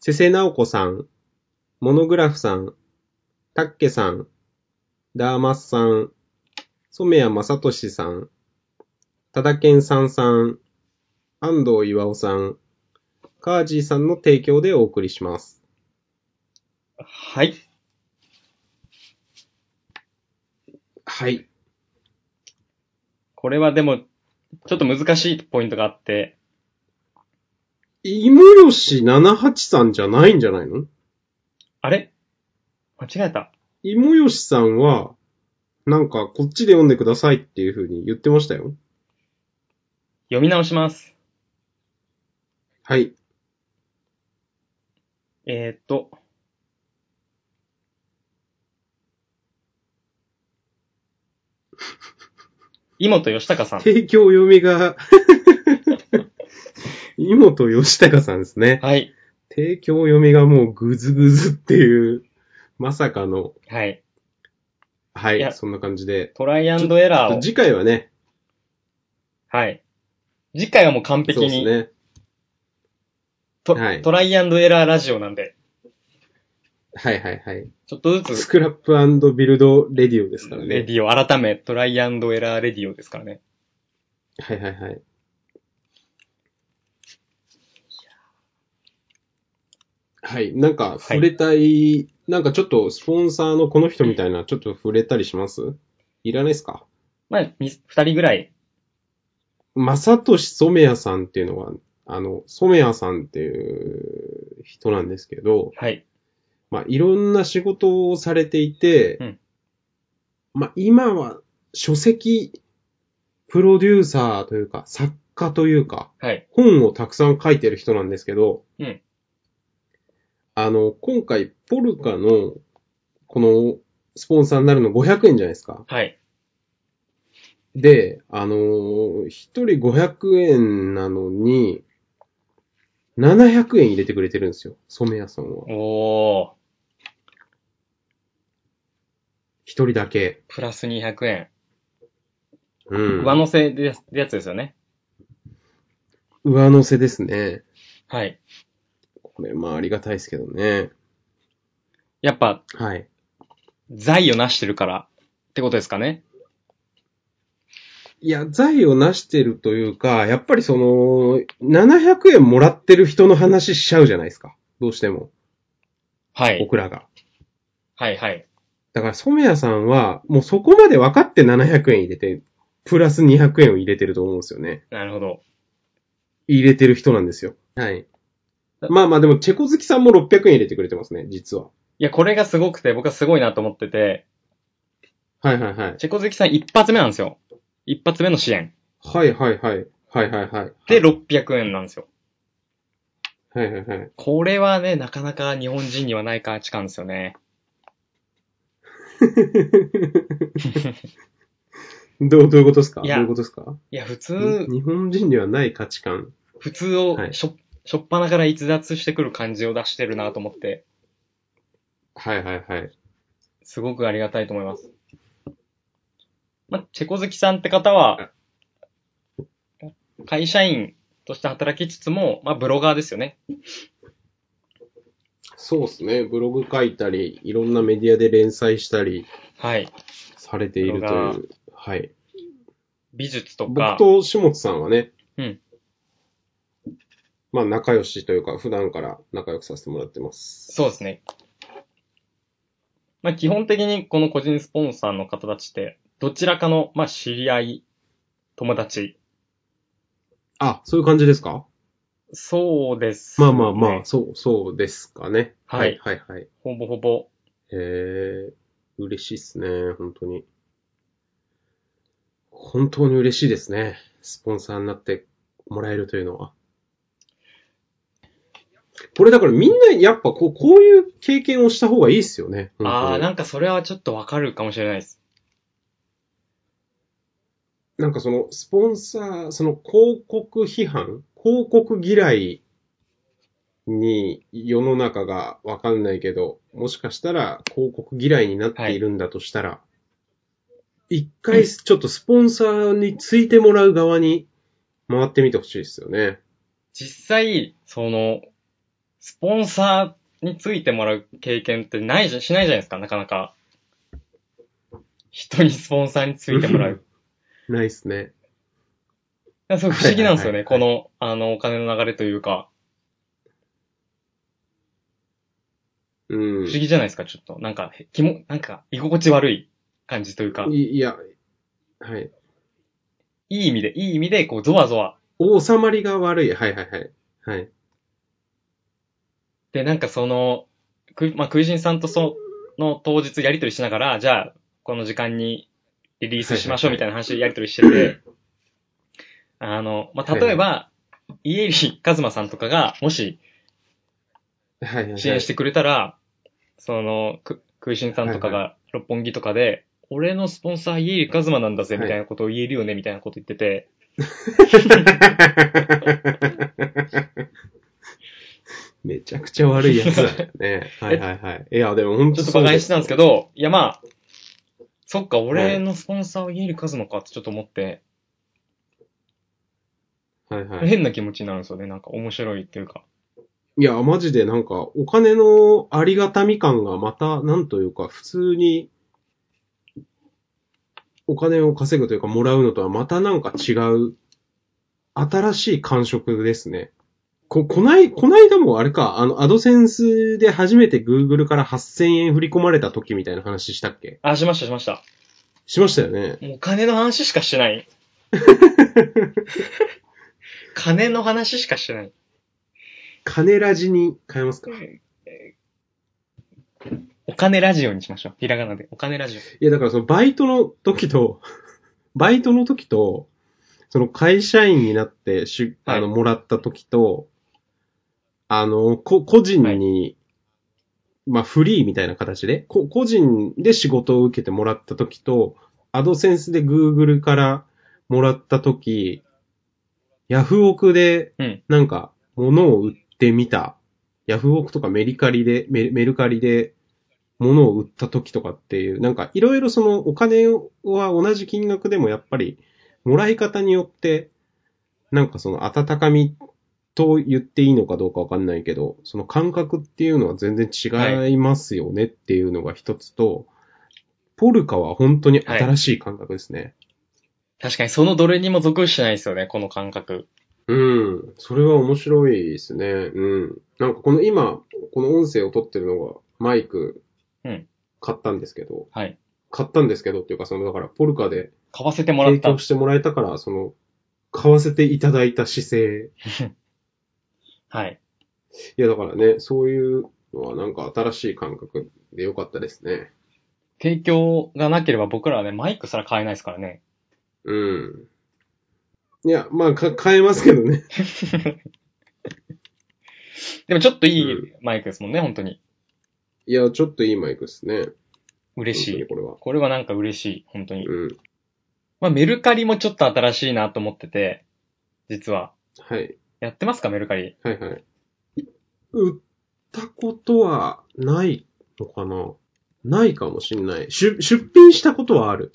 Speaker 2: 瀬瀬直子さん、モノグラフさん、タッケさん、ダーマスさん、染谷正俊さん、タダケンさんさん、安藤岩尾さん、カージーさんの提供でお送りします。
Speaker 1: う。はい。
Speaker 2: はい。
Speaker 1: これはでも、ちょっと難しいポイントがあって、
Speaker 2: いもよし78さんじゃないんじゃないの
Speaker 1: あれ間違えた。
Speaker 2: いもよしさんは、なんか、こっちで読んでくださいっていう風に言ってましたよ。
Speaker 1: 読み直します。
Speaker 2: はい。
Speaker 1: えー、っと。妹吉高 さん。
Speaker 2: 提供読みが、 妹吉高さんですね。
Speaker 1: はい。
Speaker 2: 提供読みがもうぐずぐずっていう、まさかの、
Speaker 1: はい。
Speaker 2: はい
Speaker 1: や
Speaker 2: い、そんな感じで。
Speaker 1: トライアンドエラーを。
Speaker 2: 次回はね、
Speaker 1: はい。次回はもう完璧
Speaker 2: そうです
Speaker 1: に、
Speaker 2: ね。
Speaker 1: と
Speaker 2: はい
Speaker 1: トライアンドエラーラジオなんで、
Speaker 2: はいはいはい。
Speaker 1: ちょっとずつ、
Speaker 2: スクラップビルドレディオですから
Speaker 1: レデ
Speaker 2: ね。
Speaker 1: ィオ、改め、トライアンドエラーレディオですからね。
Speaker 2: はいはいはい。はい。なんか、触れたい,、なんかちょっと、スポンサーのこの人みたいな、ちょっと触れたりしますいらないですか
Speaker 1: まあ、み二人ぐらい。
Speaker 2: まさとし染谷さんっていうのは、あの、染谷さんっていう人なんですけど、
Speaker 1: はい。
Speaker 2: まあ、いろんな仕事をされていて、
Speaker 1: うん
Speaker 2: まあ、今は書籍、プロデューサーというか、作家というか、
Speaker 1: はい。
Speaker 2: 本をたくさん書いてる人なんですけど、
Speaker 1: うん
Speaker 2: あの、今回、ポルカの、この、スポンサーになるの500円じゃないですか。
Speaker 1: はい。
Speaker 2: で、あのー一人500円なのに、700円入れてくれてるんですよ。染屋さんは。
Speaker 1: おー。
Speaker 2: 一人だけ。
Speaker 1: プラス200円。
Speaker 2: うん。
Speaker 1: 上乗せでやつですよね。
Speaker 2: 上乗せですね。
Speaker 1: はい。
Speaker 2: これ、まあ、ありがたいですけどね。
Speaker 1: やっぱ、
Speaker 2: はい。
Speaker 1: 財を成してるからってことですかね。
Speaker 2: いや、財を成してるというか、やっぱりその、700円もらってる人の話しちゃうじゃないですか。どうしても。
Speaker 1: はい。
Speaker 2: 僕らが。
Speaker 1: はいはい。
Speaker 2: だから、染谷さんは、もうそこまで分かって700円入れて、プラス200円を入れてると思うんですよね。
Speaker 1: なるほど。
Speaker 2: 入れてる人なんですよ。はい。まあまあでも、チェコ好きさんも600円入れてくれてますね、実は。
Speaker 1: いや、これがすごくて、僕はすごいなと思ってて、
Speaker 2: はいはいはい。
Speaker 1: チェコ好きさん一発目なんですよ。一発目の支援。
Speaker 2: はいはいはい。はいはいはい。
Speaker 1: で、600円なんですよ。
Speaker 2: はいはいはい。
Speaker 1: これはね、なかなか日本人にはない価値観ですよね。
Speaker 2: どう、どういうことですか
Speaker 1: い
Speaker 2: どう
Speaker 1: や
Speaker 2: いうことですか
Speaker 1: いや、普通、
Speaker 2: 日本人にはない価値観。
Speaker 1: 普通を
Speaker 2: はい
Speaker 1: しょ、しょっぱなから逸脱してくる感じを出してるなと思って、
Speaker 2: はいはいはい。
Speaker 1: すごくありがたいと思います。まあ、チェコ好きさんって方は、会社員として働きつつも、まあ、ブロガーですよね。
Speaker 2: そうですね。ブログ書いたり、いろんなメディアで連載したり
Speaker 1: はい。
Speaker 2: されていると
Speaker 1: ブロガ
Speaker 2: いう。はい。
Speaker 1: 美術とか
Speaker 2: 僕、と下本さんはね、
Speaker 1: うん。
Speaker 2: まあ仲良しというか、普段から仲良くさせてもらってます。
Speaker 1: そうですね。まあ、基本的にこの個人スポンサーの方たちって、どちらかの、まあ、知り合い、友達。
Speaker 2: あ、そういう感じですか
Speaker 1: そうです、
Speaker 2: まあまあまあ、。そう、そうですかね。
Speaker 1: はい
Speaker 2: はいはい。
Speaker 1: ほぼほぼ。
Speaker 2: えー、嬉しいっすね、本当に。本当に嬉しいですね。スポンサーになってもらえるというのは。これだからみんなやっぱこう、こういう経験をした方がいいっすよね。本当に
Speaker 1: ああ、なんかそれはちょっとわかるかもしれないです。
Speaker 2: なんかその、スポンサー、その広告批判、広告嫌いに世の中がわかんないけど、もしかしたら広告嫌いになっているんだとしたら、一回ちょっとスポンサーについてもらう側に回ってみてほしいですよね。
Speaker 1: 実際、その、スポンサーについてもらう経験ってないじゃ、しないじゃないですか、なかなか。人にスポンサーについてもらう。
Speaker 2: ないっすね。
Speaker 1: いや、そう不思議なんですよね。
Speaker 2: はいは
Speaker 1: こ
Speaker 2: いは
Speaker 1: の、あの、お金の流れというか、
Speaker 2: う
Speaker 1: 不
Speaker 2: ん。
Speaker 1: 思議じゃないですか、ちょっと。なんか、へ気も、なんか、居心地悪い感じというか、い
Speaker 2: いいや、はい。
Speaker 1: い意味で、いい意味で、こう、ゾワゾワ。
Speaker 2: 収まりが悪い。はいはいはい。はい。
Speaker 1: で、なんかその、く、まあ、クイジンさんとその当日やりとりしながら、じゃあ、この時間にリリースしましょうみたいな話でやりとりしてて、あの、まあ、例えば、家入和馬さんとかが、もし、
Speaker 2: はいはい、はい。
Speaker 1: 支援してくれたら、その、く、空心さんとか
Speaker 2: は
Speaker 1: が、六本木とかで、俺のスポンサー、家入一馬なんだぜ、
Speaker 2: はい
Speaker 1: みたいなことを言えるよね、みたいなこと言ってて、
Speaker 2: めちゃくちゃ悪いやつだ よね。はいはいはい。いや、でも本
Speaker 1: ちょっ
Speaker 2: 当
Speaker 1: と馬鹿にしてたんですけ
Speaker 2: ど。
Speaker 1: ど、いやまあ、そっか、
Speaker 2: は
Speaker 1: 俺
Speaker 2: い
Speaker 1: のスポンサーは家入一馬かってちょっと思って、
Speaker 2: はいはい。
Speaker 1: 変な気持ちになるんですよね、なんか面白いっていうか。
Speaker 2: いや、マジでなんか、お金のありがたみ感がまた、なんというか、普通に、お金を稼ぐというか、もらうのとはまたなんか違う、新しい感触ですね。こ、こない、こないだもあれか、あの、アドセンスで初めて Google から8000円振り込まれた時みたいな話したっけ
Speaker 1: あ、しました、しました。
Speaker 2: しましたよね。
Speaker 1: もう金の話しかして ない。金の話しかしてない。
Speaker 2: 金ラジに変えますかい
Speaker 1: お金ラジオにしましょう。ひらがなで。お金ラジオ。
Speaker 2: や、だからそのバイトの時と、 バイトの時と、その会社員になってしゅ、
Speaker 1: はい
Speaker 2: あの、もらった時と、あの、こ、個人に、まあ、フリーみたいな形で、こ、個人で仕事を受けてもらった時と、アドセンスで Google からもらった時、ヤフオクで
Speaker 1: うん、
Speaker 2: なんか、物を売ってみた。ヤフオクとかメリカリで、メメルカリで、物を売った時とかっていう、なんか、いろいろそのお金は同じ金額でもやっぱり、もらい方によって、なんかその温かみと言っていいのかどうかわかんないけど、その感覚っていうのは全然違いますよねっていうのが一つと、ポルカは本当に新しい感覚ですね。
Speaker 1: 確かにそのどれにも属してないですよね、この感覚。
Speaker 2: うん。それは面白いですね。うん。なんかこの今、この音声を撮ってるのがマイク
Speaker 1: うん、
Speaker 2: 買ったんですけど、
Speaker 1: はい。
Speaker 2: 買ったんですけどっていうか、そのだからポルカで
Speaker 1: 買わせてもらっ
Speaker 2: 提
Speaker 1: た
Speaker 2: 供。してもらえたから、その、買わせていただいた姿勢。
Speaker 1: はい。
Speaker 2: いやだからね、そういうのはなんか新しい感覚でよかったですね。
Speaker 1: 提供がなければ僕らはね、マイクすら買えないですからね。
Speaker 2: うん。いや、まあ、か、変えますけどね。
Speaker 1: でもちょっといい
Speaker 2: うん
Speaker 1: マイクですもんね、本当に。
Speaker 2: いや、ちょっといいマイクですね。
Speaker 1: 嬉しい。
Speaker 2: 本当にこれは。
Speaker 1: これはなんか嬉しい、本当に。
Speaker 2: うん。
Speaker 1: まあ、メルカリもちょっと新しいなと思ってて、実は。
Speaker 2: はい。
Speaker 1: やってますか、メルカリ。
Speaker 2: はいはい。売ったことはないのかなないかもしんない。出、出品したことはある。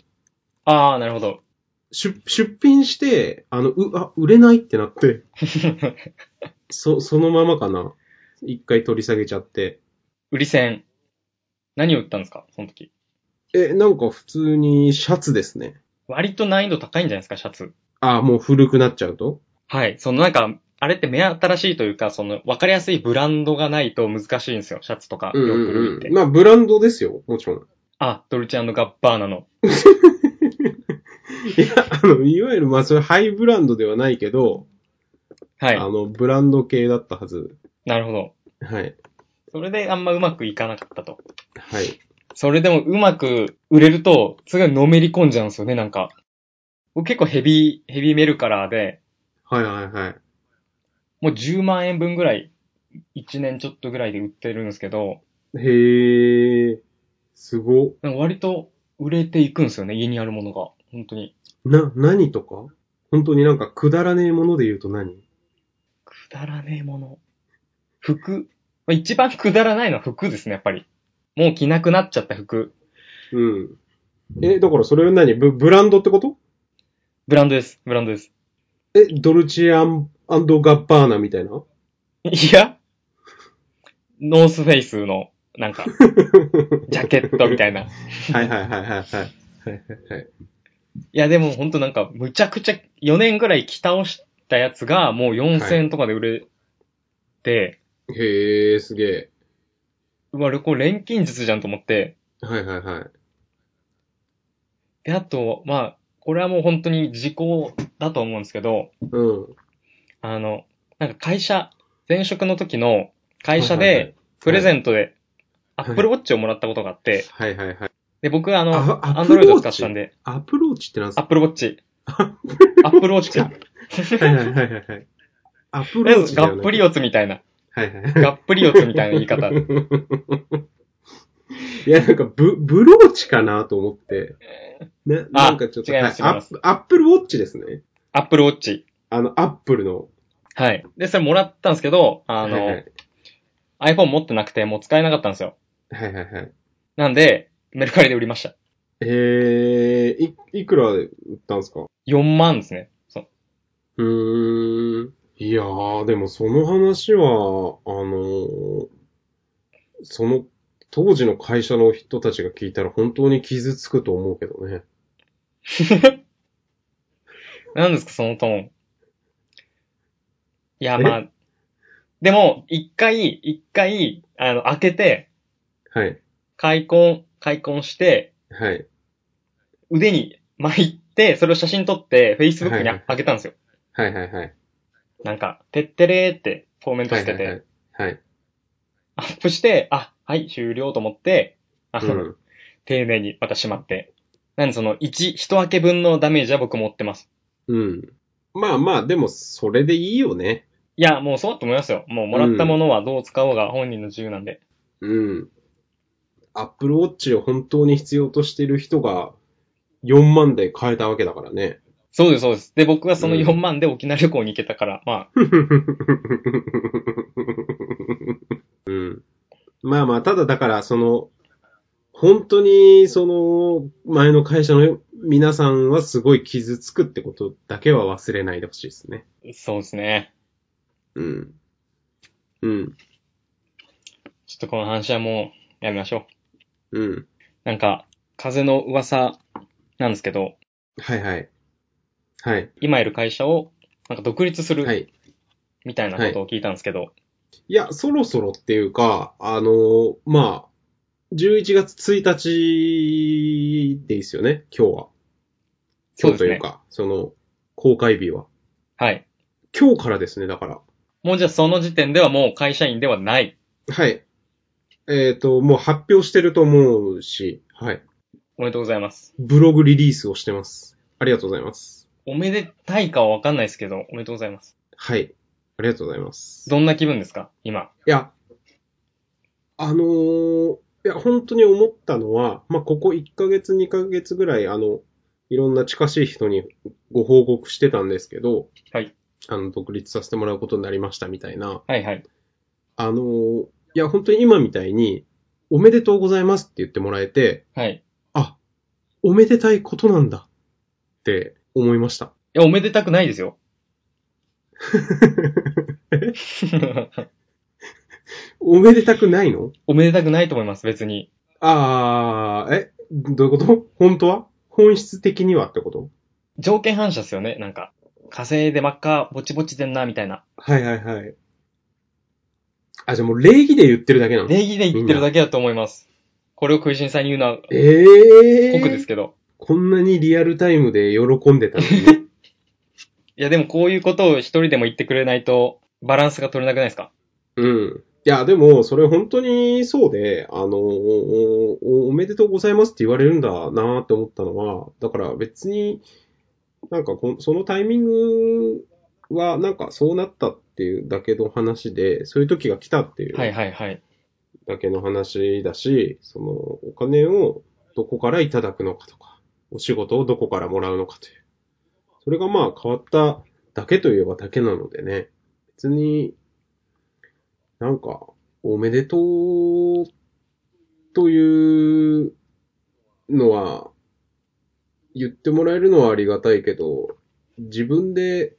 Speaker 1: ああ、なるほど。
Speaker 2: 出、出品して、あの、う、あ、売れないってなって、そ、そのままかな。一回取り下げちゃって。
Speaker 1: 売り線。何を売ったんですか、その時。
Speaker 2: え、なんか普通にシャツですね。
Speaker 1: 割と難易度高いんじゃないですか、シャツ。
Speaker 2: あ、もう古くなっちゃうと
Speaker 1: はい。そのなんか、あれって目新しいというか、その、わかりやすいブランドがないと難しいんですよ、シャツとか、
Speaker 2: うん
Speaker 1: 洋服類っ
Speaker 2: うん
Speaker 1: て。
Speaker 2: うん。まあ、ブランドですよ、もちろん。
Speaker 1: あ、ドルチアンドガッバーナの。
Speaker 2: いや、あの、いわゆる、まあ、それハイブランドではないけど、
Speaker 1: はい
Speaker 2: あ。の、ブランド系だったはず。
Speaker 1: なるほど。
Speaker 2: はい。
Speaker 1: それであんまうまくいかなかったと。
Speaker 2: はい。
Speaker 1: それでもうまく売れると、すごいのめり込んじゃうんですよね、なんか。僕結構ヘビー、ヘビーメルカラーで、
Speaker 2: はいはいはい。
Speaker 1: もう10万円分ぐらい、1年ちょっとぐらいで売ってるんですけど、
Speaker 2: へえ、すご。
Speaker 1: なんか割と売れていくんですよね、家にあるものが。本当に。
Speaker 2: な、何とか本当になんかくだらねえもので言うと何
Speaker 1: くだらねえもの。服。まあ一番くだらないのは服ですね、やっぱり。もう着なくなっちゃった服。
Speaker 2: うん。え、だからそれは何ブブランドってこと
Speaker 1: ブランドです、ブランドです。
Speaker 2: え、ドルチアンガッバーナみたいない
Speaker 1: や、ノースフェイスの、なんか、ジャケットみたいな。い
Speaker 2: はいはいはいはいはい。はいはいはい。
Speaker 1: や、でもほんとなんか、むちゃくちゃ、4年ぐらい着倒したやつが、もう4000円とかで売れて、
Speaker 2: へえ、すげえ。
Speaker 1: うわ、これ錬金術じゃんと思って、
Speaker 2: はいはいはい。
Speaker 1: で、あと、まあ、これはもう本当に時効だと思うんですけど、
Speaker 2: うん。
Speaker 1: あの、なんか会社、前職の時の会社
Speaker 2: はいはいは
Speaker 1: で
Speaker 2: い、
Speaker 1: プレゼントで、ア
Speaker 2: はい
Speaker 1: ップルウォッチをもらったことがあって、
Speaker 2: はいはいはい。
Speaker 1: で、僕あの、
Speaker 2: あ
Speaker 1: アン
Speaker 2: Apple
Speaker 1: ドロイド使
Speaker 2: Watch？
Speaker 1: ってたんで、
Speaker 2: アプローチってなんす
Speaker 1: アッ
Speaker 2: か
Speaker 1: プルウォッ チ。アップルウォッチか。
Speaker 2: はいはいはいはいはい。アプローチだ
Speaker 1: が
Speaker 2: よ
Speaker 1: っ
Speaker 2: ね。
Speaker 1: ぷり四つみたいな。
Speaker 2: はいはい。
Speaker 1: がっぷり四つみたいな言い 方。
Speaker 2: いや、なんか、ブ、ブローチかなと思って。な、
Speaker 1: あ
Speaker 2: なんかちょっと、
Speaker 1: 違います
Speaker 2: はい
Speaker 1: 違い
Speaker 2: ア
Speaker 1: ま
Speaker 2: ッ
Speaker 1: す
Speaker 2: プアップルウォッチですね。
Speaker 1: アップルウォッチ。
Speaker 2: あの、アップルの。
Speaker 1: はい。で、それもらったんですけど、あの、
Speaker 2: はいはい
Speaker 1: iPhone 持ってなくて、もう使えなかったんですよ。
Speaker 2: はいはいはい。
Speaker 1: なんで、メルカリで売りました。
Speaker 2: えー、い、いくらで売ったんですか
Speaker 1: 4万ですね。そう
Speaker 2: ーん。いやー、でもその話は、あのーその、当時の会社の人たちが聞いたら本当に傷つくと思うけどね。
Speaker 1: う。なんですか、そのトーン。いや、まあ、でも、一回、一回、あの、開けて、
Speaker 2: はい。
Speaker 1: 開墾、開墾して、
Speaker 2: はい。
Speaker 1: 腕に巻いて、それを写真撮って、Facebook に
Speaker 2: はいはい
Speaker 1: あげたんですよ。
Speaker 2: はいはいはい。
Speaker 1: なんか、てってれーってコメント
Speaker 2: は
Speaker 1: し
Speaker 2: いは
Speaker 1: て
Speaker 2: いは
Speaker 1: て、
Speaker 2: い。はい。
Speaker 1: アップして、あ、はい、終了と思って、あ
Speaker 2: う
Speaker 1: の、
Speaker 2: ん。
Speaker 1: 丁寧にまた閉まって。なんでその、1、一分け分のダメージは僕持ってます。
Speaker 2: うん。まあまあ、でも、それでいいよね。
Speaker 1: いや、もうそうだと思いますよ。もうもらったものはどう使おうが本人の自由なんで。
Speaker 2: うん。アップルウォッチを本当に必要としてる人が、4万で買えたわけだからね。
Speaker 1: そうです、そうです。で、僕はその
Speaker 2: うん
Speaker 1: 4万で沖縄旅行に行けたから、まあ、
Speaker 2: うん。まあまあ、ただだから、その、本当に、その、前の会社の皆さんはすごい傷つくってことだけは忘れないでほしいですね。
Speaker 1: そうですね。
Speaker 2: うん。うん。
Speaker 1: ちょっとこの話はもう、やめましょう。
Speaker 2: うん。
Speaker 1: なんか、風の噂なんですけど、
Speaker 2: はいはい。はい。
Speaker 1: 今いる会社を、なんか独立す
Speaker 2: は
Speaker 1: る、
Speaker 2: い。
Speaker 1: みたいなことを聞いたんですけど、
Speaker 2: いや、そろそろっていうか、あの、まあ、11月1日でいいですよね、今日は。
Speaker 1: そ
Speaker 2: 今
Speaker 1: うで
Speaker 2: 日と
Speaker 1: す
Speaker 2: い
Speaker 1: ね
Speaker 2: うか、その、公開日は。
Speaker 1: はい。
Speaker 2: 今日からですね、だから。
Speaker 1: もうじゃあその時点ではもう会社員ではない。
Speaker 2: はい。えっ、と、もう発表してると思うし、はい。
Speaker 1: おめでとうございます。
Speaker 2: ブログリリースをしてます。ありがとうございます。
Speaker 1: おめでたいかはわかんないですけど、おめでとうございます。
Speaker 2: はい。ありがとうございます。
Speaker 1: どんな気分ですか今。
Speaker 2: いや、あのーいや、本当に思ったのは、まあ、ここ1ヶ月、2ヶ月ぐらい、あの、いろんな近しい人にご報告してたんですけど、
Speaker 1: はい。
Speaker 2: あの、独立させてもらうことになりましたみたいな、
Speaker 1: はいはい。
Speaker 2: あの、いや、本当に今みたいに、おめでとうございますって言ってもらえて、
Speaker 1: はい。い
Speaker 2: あ、おめでたいことなんだって思いました。
Speaker 1: や、おめでたくないです よ。
Speaker 2: おめでたくないの
Speaker 1: おめでたくないと思います、別に。
Speaker 2: あー、え、どういうこと本当は本質的にはってこと
Speaker 1: 条件反射っすよね、なんか。稼いで真っ赤、ぼちぼちでんな、みたいな。
Speaker 2: はいはいはい。あ、じゃあもう礼儀で言ってるだけなの
Speaker 1: 礼儀で言ってるだけだと思います。これを食いしんさんに言うのは
Speaker 2: えー、
Speaker 1: 酷ですけど。
Speaker 2: こんなにリアルタイムで喜んでた のに。
Speaker 1: いや、でもこういうことを一人でも言ってくれないと、バランスが取れなくないですか
Speaker 2: うん。いや、でも、それ本当にそうで、あの、おおおめでとうございますって言われるんだなって思ったのは、だから別に、なんかこん、そのタイミングは、なんかそうなったっていうだけの話で、そういう時が来たっていう
Speaker 1: はいはいはい。
Speaker 2: だけの話だし、その、お金をどこからいただくのかとか、お仕事をどこからもらうのかという。それがまあ変わっただけといえばだけなのでね。別に、なんか、おめでとうというのは、言ってもらえるのはありがたいけど、自分で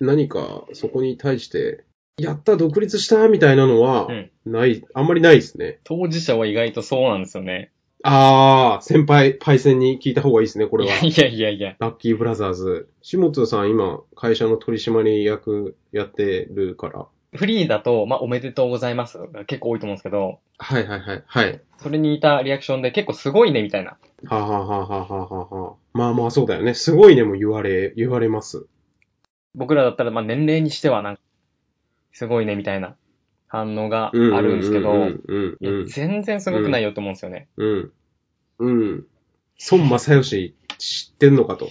Speaker 2: 何かそこに対して、やった、独立した、みたいなのは
Speaker 1: うん、
Speaker 2: ない、あんまりないですね。
Speaker 1: 当事者は意外とそうなんですよね。
Speaker 2: あー、先輩、パイセンに聞いた方がいいですね、これ
Speaker 1: い
Speaker 2: は
Speaker 1: や。いやいやいや。
Speaker 2: ラッキーブラザーズ。下津さん、今、会社の取締役やってるから。
Speaker 1: フリーだと、まあ、おめでとうございますが結構多いと思うんですけど、
Speaker 2: はいはいはい。はい。
Speaker 1: それに似たリアクションで結構すごいね、みたいな。
Speaker 2: はあ、はあはあはあはあはあ、まあまあそうだよね。すごいねも言われ、言われます。
Speaker 1: 僕らだったら、まあ、年齢にしてはなんか、すごいね、みたいな反応があるんですけ
Speaker 2: う
Speaker 1: ど、
Speaker 2: んうん
Speaker 1: いうや
Speaker 2: ん
Speaker 1: 全然すごくないよと思うんですよね。
Speaker 2: うん。うん。うん。孫正義知ってんのかと。
Speaker 1: い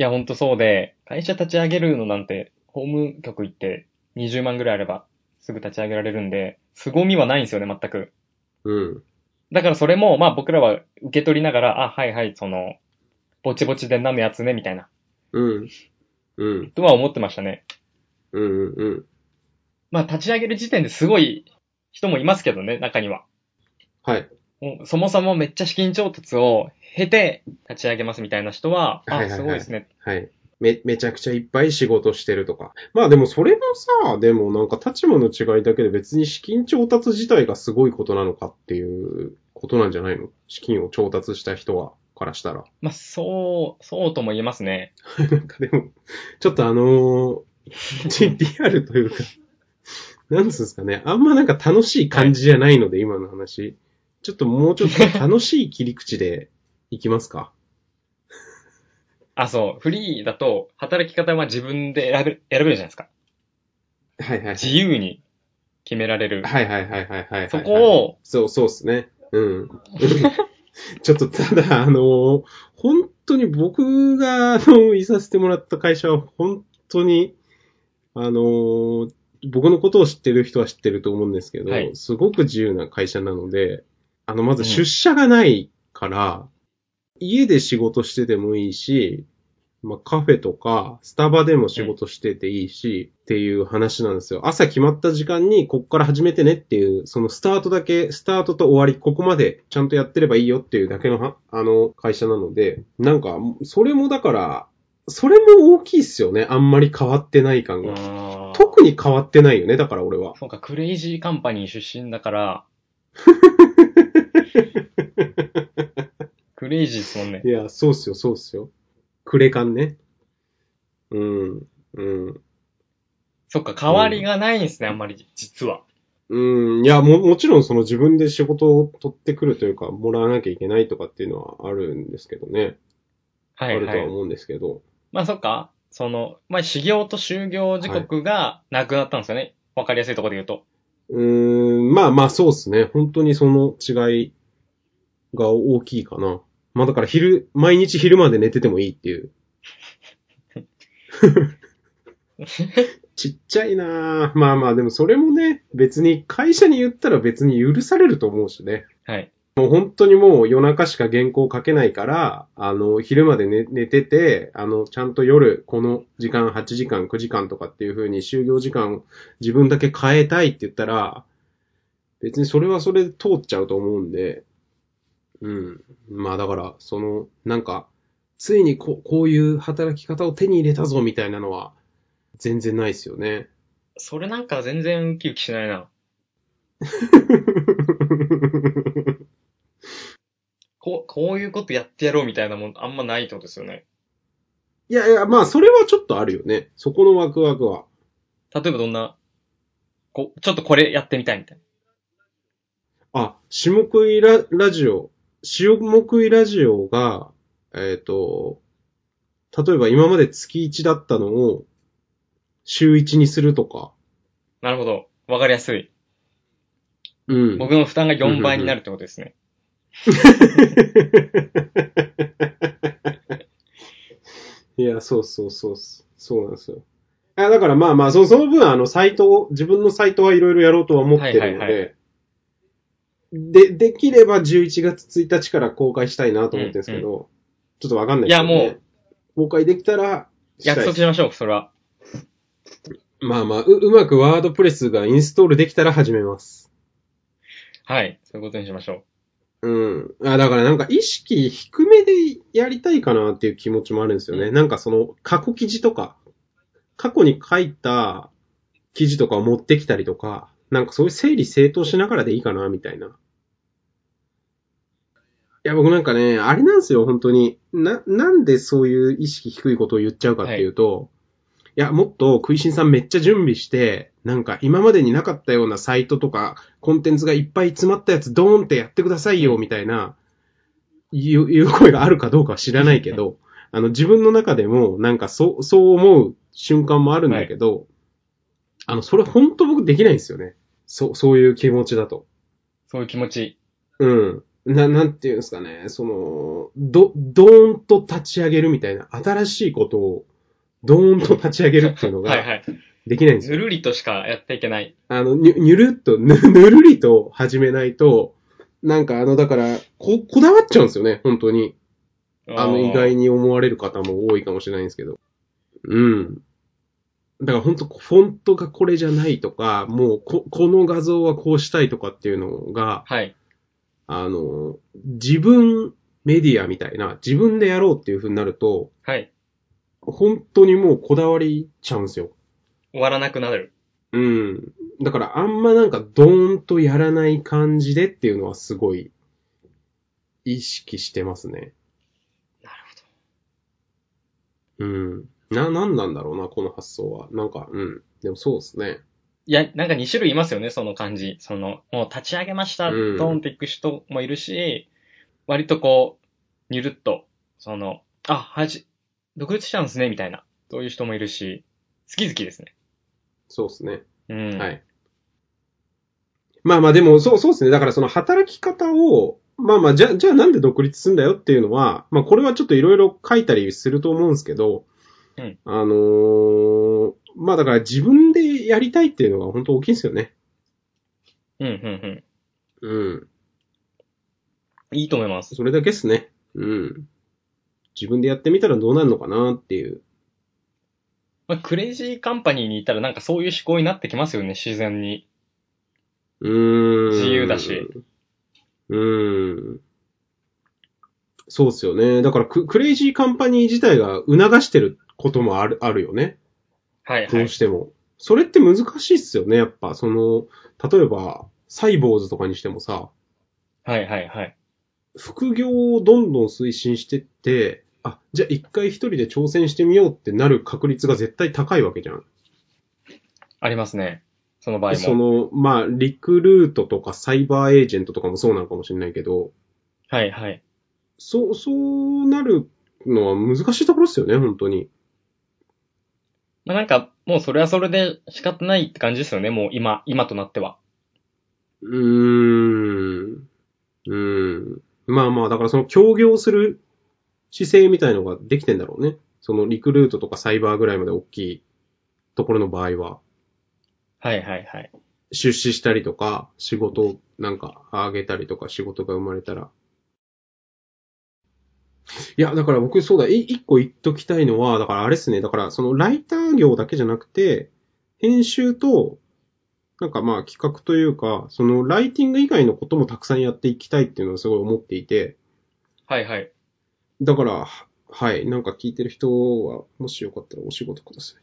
Speaker 1: や、ほんとそうで、会社立ち上げるのなんて、法務局行って20万ぐらいあればすぐ立ち上げられるんで、凄みはないんですよね、全く。
Speaker 2: うん。
Speaker 1: だからそれも、まあ僕らは受け取りながら、あ、はいはい、その、ぼちぼちでなのやつね、みたいな、
Speaker 2: うん。うん。
Speaker 1: とは思ってましたね。
Speaker 2: うん。うん。うん。
Speaker 1: まあ立ち上げる時点ですごい人もいますけどね、中には。
Speaker 2: はい。
Speaker 1: もうそもそもめっちゃ資金調達を経て立ち上げますみたいな人は、
Speaker 2: はい
Speaker 1: あ、
Speaker 2: はいはい
Speaker 1: すごいですね。
Speaker 2: はい。め、めちゃくちゃいっぱい仕事してるとか。まあでもそれもさ、でもなんか立場の違いだけで別に資金調達自体がすごいことなのかっていうことなんじゃないの資金を調達した人は、からしたら。
Speaker 1: まあそう、そうとも言えますね。
Speaker 2: なんかでも、ちょっとあのー、ちリアルというか、なんつうんですかね、あんまなんか楽しい感じじゃないので、今の話。ちょっともうちょっと楽しい切り口でいきますか。
Speaker 1: あ、そう。フリーだと、働き方は自分で選べる、選べるじゃないですか。
Speaker 2: はいはい。
Speaker 1: 自由に決められる。
Speaker 2: はいはいはいはいはいはい。
Speaker 1: そこを、
Speaker 2: そう、そうですね。うん。 ちょっとただ、あのー本当に僕が、あの、いさせてもらった会社は、本当に、あのー僕のことを知ってる人は知ってると思うんですけど、
Speaker 1: はい
Speaker 2: すごく自由な会社なので、あの、まず
Speaker 1: うん
Speaker 2: 出社がないから、家で仕事しててもいいし、まあ、カフェとか、スタバでも仕事してていいし、っていう話なんですよ。朝決まった時間に、こっから始めてねっていう、そのスタートだけ、スタートと終わり、ここまでちゃんとやってればいいよっていうだけのは、あの、会社なので、なんか、それもだから、それも大きいっすよね。あんまり変わってない感
Speaker 1: う
Speaker 2: が。
Speaker 1: ーん
Speaker 2: 特に変わってないよね、だから俺は。
Speaker 1: そうか、クレイジーカンパニー出身だ から、クレイジーですもんね。
Speaker 2: いや、そうっすよ、そうっすよ。クレカンね。うん、うん。
Speaker 1: そっか、変わりがないんですね、あんまり、実は。
Speaker 2: うん、いや、も、もちろんその自分で仕事を取ってくるというか、もらわなきゃいけないとかっていうのはあるんですけどね。
Speaker 1: はい
Speaker 2: あ
Speaker 1: は。
Speaker 2: るとはい思うんですけど。
Speaker 1: まあそっか、その、まあ修行と就業時刻がなくなったんですよね。わ、かりやすいところで言うと。
Speaker 2: うーん、まあまあそうっすね。本当にその違いが大きいかな。まあだから昼、毎 日昼まで寝ててもいいっていう。ちっちゃいなぁまあまあ、でもそれもね、別に会社に言ったら別に許されると思うしね。
Speaker 1: はい。
Speaker 2: もう本当にもう夜中しか原稿書けないから、あの、昼まで寝寝てて、あの、ちゃんと夜、この時間、8時間、9時間とかっていう風に就業時間を自分だけ変えたいって言ったら、別にそれはそれで通っちゃうと思うんで、うん。まあだから、その、なんか、ついにここういう働き方を手に入れたぞみたいなのは、全然ないですよね。
Speaker 1: それなんか全然ウキウキしないな。こう、こういうことやってやろうみたいなもん、あんまないってことですよね。
Speaker 2: いやいや、まあそれはちょっとあるよね。そこのワクワクは。
Speaker 1: 例えばどんな、こう、ちょっとこれやってみたいみたい
Speaker 2: あ、下食いララジオ、下食いラジオが、えっ、と、例えば今まで月1だったのを、週1にするとか。
Speaker 1: な。なるほど。わかりやすい。
Speaker 2: うん。
Speaker 1: 僕の負担が4倍になるってことですね。
Speaker 2: いや、そうそうそうそう、そうなんですよ。あだからまあまあ、そその分、あの、サイトを、自分のサイトはいろいろやろうとは思ってるので、
Speaker 1: はいはい
Speaker 2: で、できれば11月1日から公開したいなと思ってるんですけど、ちょっとわかんないですけど、ね。
Speaker 1: いやも
Speaker 2: 公開できたらしたい
Speaker 1: 約
Speaker 2: です、
Speaker 1: 束しましょう、それは。
Speaker 2: まあまあう、うまくワードプレスがインストールできたら始めます。
Speaker 1: はい。そういうことにしましょ
Speaker 2: うん。あ、だからなんか意識低めでやりたいかなっていう気持ちもあるんですよね。
Speaker 1: う
Speaker 2: なんかその過去記事とか、過去に書いた記事とかを持ってきたりとか、なんかそういう整理整頓しながらでいいかな、みたいな。いや、僕なんかね、あれなんですよ、本当に。な、なんでそういう意識低いことを言っちゃうかっていうと、い、や、もっと食いしんさんめっちゃ準備して、なんか今までになかったようなサイトとか、コンテンツがいっぱい詰まったやつドーンってやってくださいよ、みたいな、いう、いう声があるかどうかは知らないけど、あの、自分の中でも、なんかそう、そう思う瞬間もあるんだけど、あの、それ本当僕できないんですよね。そう、そういう気持ちだと。
Speaker 1: う。そういう気持ち。
Speaker 2: うん。な、なんていうんですかね、その、ど、ドーンと立ち上げるみたいな、新しいことを、ドーンと立ち上げるっていうの
Speaker 1: はい
Speaker 2: が、
Speaker 1: はい。
Speaker 2: できないんですよ。
Speaker 1: ぬるりとしかやっていけない。
Speaker 2: あの、にゅ、にゅるっと、ぬ、ぬるりと始めないと、なんかあの、だから、こ、こだわっちゃうんですよね、本当に。あの、意外
Speaker 1: に。
Speaker 2: に思われる方も多いかもしれないんですけど。うん。だから本当フォントがこれじゃないとか、もうこ、この画像はこうしたいとかっていうのが、
Speaker 1: はい。
Speaker 2: あの、自分メディアみたいな、自分でやろうっていう風になると、
Speaker 1: はい。
Speaker 2: 本当にもうこだわりちゃうんですよ。
Speaker 1: 終わらなくなる。
Speaker 2: うん。だからあんまなんかドーンとやらない感じでっていうのはすごい意識してますね。
Speaker 1: なるほ
Speaker 2: うん。な、なんなんだろうな、この発想は。なんか、うん。でもそうですね。
Speaker 1: いや、なんか2種類いますよね、その感じ。その、もう立ち上げました、
Speaker 2: うん
Speaker 1: ドーンっていく人もいるし、割とこう、にゅるっと、その、あ、はじ、独立したんですね、みたいな。そういう人もいるし、好き好きですね。
Speaker 2: そうですね。
Speaker 1: うん。
Speaker 2: はい。まあまあでも、そう、そうですね。だからその働き方を、まあまあ、じゃ、じゃあなんで独立するんだよっていうのは、まあこれはちょっといろいろ書いたりすると思うんですけど、
Speaker 1: うん
Speaker 2: あのーまあだから自分でやりたいっていうのが本当大きいですよね。
Speaker 1: うん、うん、うん。
Speaker 2: うん。
Speaker 1: いいと思います。
Speaker 2: それだけっすね。うん。自分でやってみたらどうなるのかなっていう。
Speaker 1: まあ、クレイジーカンパニーにいたらなんかそういう思考になってきますよね、自然に。
Speaker 2: うーん。
Speaker 1: 自由だし。
Speaker 2: うーん。そうっすよね。だからク、クレイジーカンパニー自体が促してることもある、あるよね。
Speaker 1: はい、は
Speaker 2: どう
Speaker 1: い。
Speaker 2: しても。それって難しいっすよね、やっぱ。その、例えば、サイボーズとかにしてもさ、
Speaker 1: はい、はい、はい。
Speaker 2: 副業をどんどん推進してって、あ、じゃあ一回一人で挑戦してみようってなる確率が絶対高いわけじゃん。
Speaker 1: ありますね。その場合
Speaker 2: で
Speaker 1: も。
Speaker 2: その、まあ、リクルートとかサイバーエージェントとかもそうなのかもしれないけど、
Speaker 1: はい、はい。
Speaker 2: そう、そうなるのは難しいところですよね、本当に。
Speaker 1: まあ、なんか、もうそれはそれで仕方ないって感じですよね、もう今、今となっては。
Speaker 2: うーん。うーん。まあまあ、だからその協業する姿勢みたいのができてんだろうね。そのリクルートとかサイバーぐらいまで大きいところの場合は、
Speaker 1: はいはいはい。
Speaker 2: 出資したりとか、仕事をなんかあげたりとか、仕事が生まれたら。いや、だから僕、そうだ、い一個言っときたいのは、だからあれですね、だからそのライター業だけじゃなくて、編集と、なんかまあ企画というか、そのライティング以外のこともたくさんやっていきたいっていうのをすごい思っていて、
Speaker 1: はいはい。
Speaker 2: だから、ははい、なんか聞いてる人は、もしよかったらお仕事くださ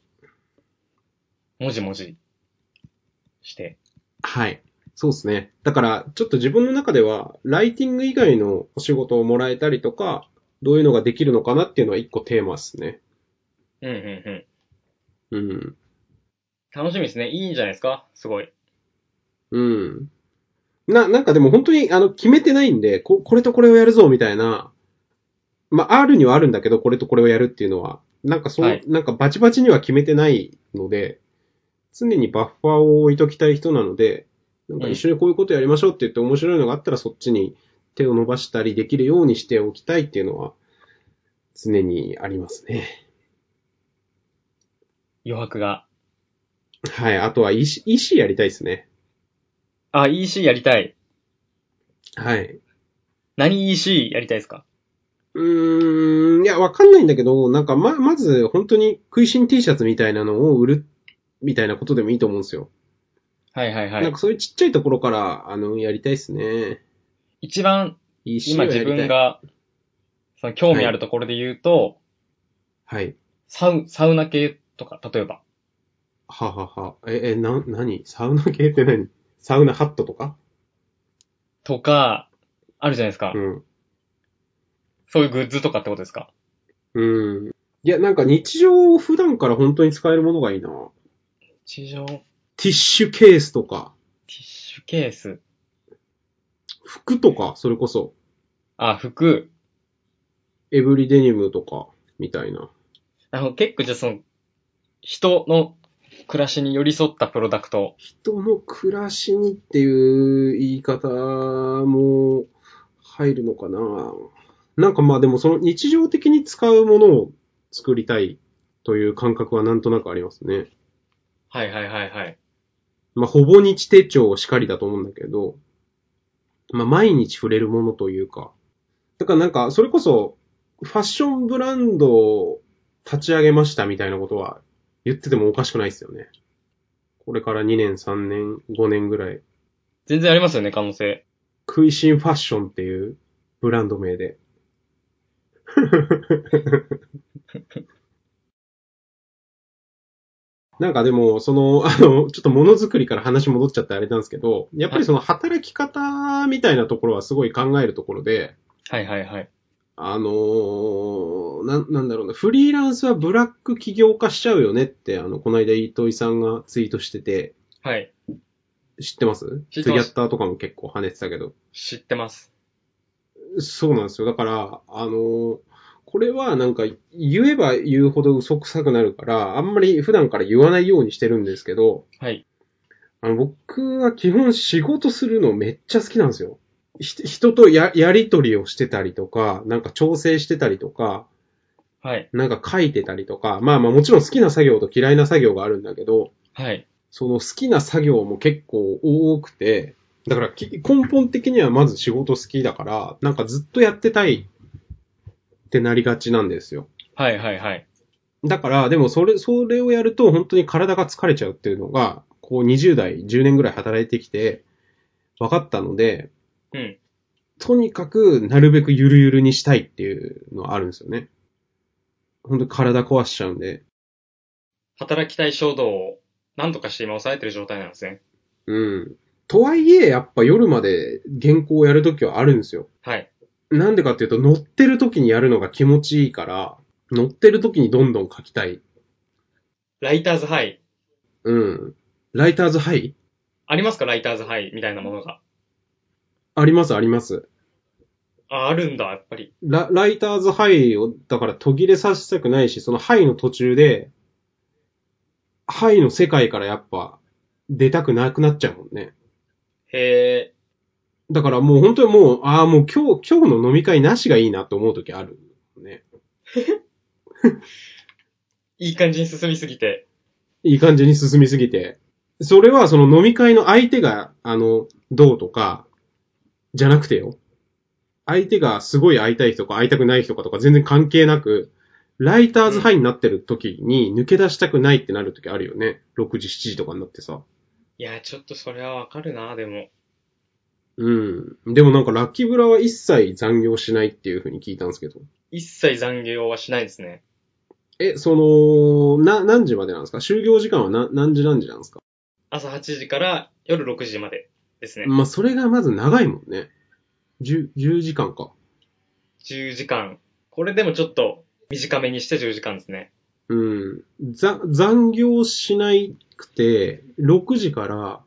Speaker 2: い。
Speaker 1: もじもじして。
Speaker 2: はい。そうですね。だから、ちょっと自分の中では、ライティング以外のお仕事をもらえたりとか、どういうのができるのかなっていうのは一個テーマですね。
Speaker 1: うんうんうん。
Speaker 2: うん。
Speaker 1: 楽しみですね。いいんじゃないですかすごい。
Speaker 2: うん。な、なんかでも本当に、あの、決めてないんで、こ、これとこれをやるぞ、みたいな。まあ、あるにはあるんだけど、これとこれをやるっていうのは、なんかそう、
Speaker 1: はい
Speaker 2: なんかバチバチには決めてないので、常にバッファーを置いときたい人なので、なんか一緒にこういうことやりましょうって言って面白いのがあったらそっちに手を伸ばしたりできるようにしておきたいっていうのは、常にありますね。
Speaker 1: 余白が。
Speaker 2: はい。あとは EC、EC やりたいですね。
Speaker 1: あ、EC やりたい。
Speaker 2: はい。
Speaker 1: 何 EC やりたいですか
Speaker 2: うーん、いや、わかんないんだけど、なんか、ま、まず、本当に、食いしん T シャツみたいなのを売る、みたいなことでもいいと思うんですよ。
Speaker 1: はいはいは
Speaker 2: なん
Speaker 1: い
Speaker 2: か、。そういうちっちゃいところから、あの、やりたいですね。
Speaker 1: 一番
Speaker 2: いいし、
Speaker 1: 今自分。が、その興味あるところで言うと、
Speaker 2: はい。
Speaker 1: サウ、サウナ系とか、例えば。
Speaker 2: ははは。え、え、な、なにサウナ系って何サウナハットとか
Speaker 1: とか、あるじゃないですか。
Speaker 2: うん。
Speaker 1: そういうグッズとかってことですか
Speaker 2: うん。いや、なんか、日常、普段から本当に使えるものがいいな。
Speaker 1: 地上、ティッ
Speaker 2: ティッシュケースとか、
Speaker 1: シュケース。
Speaker 2: 服とか、それこそ、
Speaker 1: あ、服。
Speaker 2: エブリデニムとか、みたいな。
Speaker 1: あの、結構じゃあその、人の暮らしに寄り添ったプロダクト。
Speaker 2: 人の暮らしにっていう言い方も入るのかな。なんかまあでもその日常的に使うものを作りたいという感覚はなんとなくありますね。
Speaker 1: はいはいはいはい。
Speaker 2: まあほぼ日手帳しかりだと思うんだけど、まあ毎日触れるものというか。だからなんかそれこそファッションブランドを立ち上げましたみたいなことは言っててもおかしくないですよね。これから2年、3年、5年ぐらい。
Speaker 1: 全然ありますよね、可能性。
Speaker 2: 食いしんファッションっていうブランド名で。 なんかでも、その、あの、ちょっとものづくりから話戻っちゃってあれなんですけど、やっぱりその働き方みたいなところはすごい考えるところで、
Speaker 1: はいはいはい。
Speaker 2: あのーな、なんだろうな、フリーランスはブラック起業化しちゃうよねって、あの、この間糸井さんがツイートしてて、
Speaker 1: はい。
Speaker 2: 知ってます
Speaker 1: 知って
Speaker 2: ツイ
Speaker 1: ま
Speaker 2: ッ
Speaker 1: す
Speaker 2: ターとかも結構跳ねてたけど。
Speaker 1: 知ってます。
Speaker 2: そうなんですよ。だから、あのーこれはなんか言えば言うほど嘘くさくなるから、あんまり普段から言わないようにしてるんですけど、
Speaker 1: はい。
Speaker 2: あの僕は基本仕事するのめっちゃ好きなんですよ。ひ人とややりとりをしてたりとか、なんか調整してたりとか、
Speaker 1: はい。
Speaker 2: なんか書いてたりとか、まあまあもちろん好きな作業と嫌いな作業があるんだけど、
Speaker 1: はい。
Speaker 2: その好きな作業も結構多くて、だからき根本的にはまず仕事好きだから、なんかずっとやってたいってなりがちなんですよ。
Speaker 1: はいはいはい。
Speaker 2: だから、でもそれ、それをやると本当に体が疲れちゃうっていうのが、こう20代、10年ぐらい働いてきて分かったので、
Speaker 1: うん。
Speaker 2: とにかくなるべくゆるゆるにしたいっていうのはあるんですよね。本当に体壊しちゃうんで。
Speaker 1: 働きたい衝動を何とかして今抑えてる状態なんですね。
Speaker 2: うん。とはいえ、やっぱ夜まで原稿をやるときはあるんですよ。
Speaker 1: はい。
Speaker 2: なんでかっていうと、乗ってる時にやるのが気持ちいいから、乗ってる時にどんどん書きたい。
Speaker 1: ライターズハイ。
Speaker 2: うん。ライターズハイ
Speaker 1: ありますかライターズハイみたいなものが。
Speaker 2: あります、あります。
Speaker 1: あ、あるんだ、やっぱり。
Speaker 2: ラライターズハイを、だから途切れさせたくないし、そのハイの途中で、ハイの世界からやっぱ出たくなくなっちゃうもんね。
Speaker 1: へえ。
Speaker 2: だからもう本当にもう、ああ、もう今日、今日の飲み会なしがいいなと思う時ある。ね。
Speaker 1: いい感じに進みすぎて。
Speaker 2: いい感じに進みすぎて。それはその飲み会の相手が、あの、どうとか、じゃなくてよ。相手がすごい会いたい人か会いたくない人かとか全然関係なく、ライターズハイになってる時に抜け出したくないってなる時あるよね。6時、7時とかになってさ。
Speaker 1: いや、ちょっとそれはわかるな、でも。
Speaker 2: うん。でもなんかラッキーブラは一切残業しないっていう風に聞いたんですけど。
Speaker 1: 一切残業はしないですね。
Speaker 2: え、その、な、何時までなんですか就業時間はな何時何時なんですか
Speaker 1: 朝8時から夜6時までですね。
Speaker 2: まあ、それがまず長いもんね。10、10時間か。
Speaker 1: 10時間。これでもちょっと短めにして10時間ですね。
Speaker 2: うん。ざ、残業しないくて、6時から、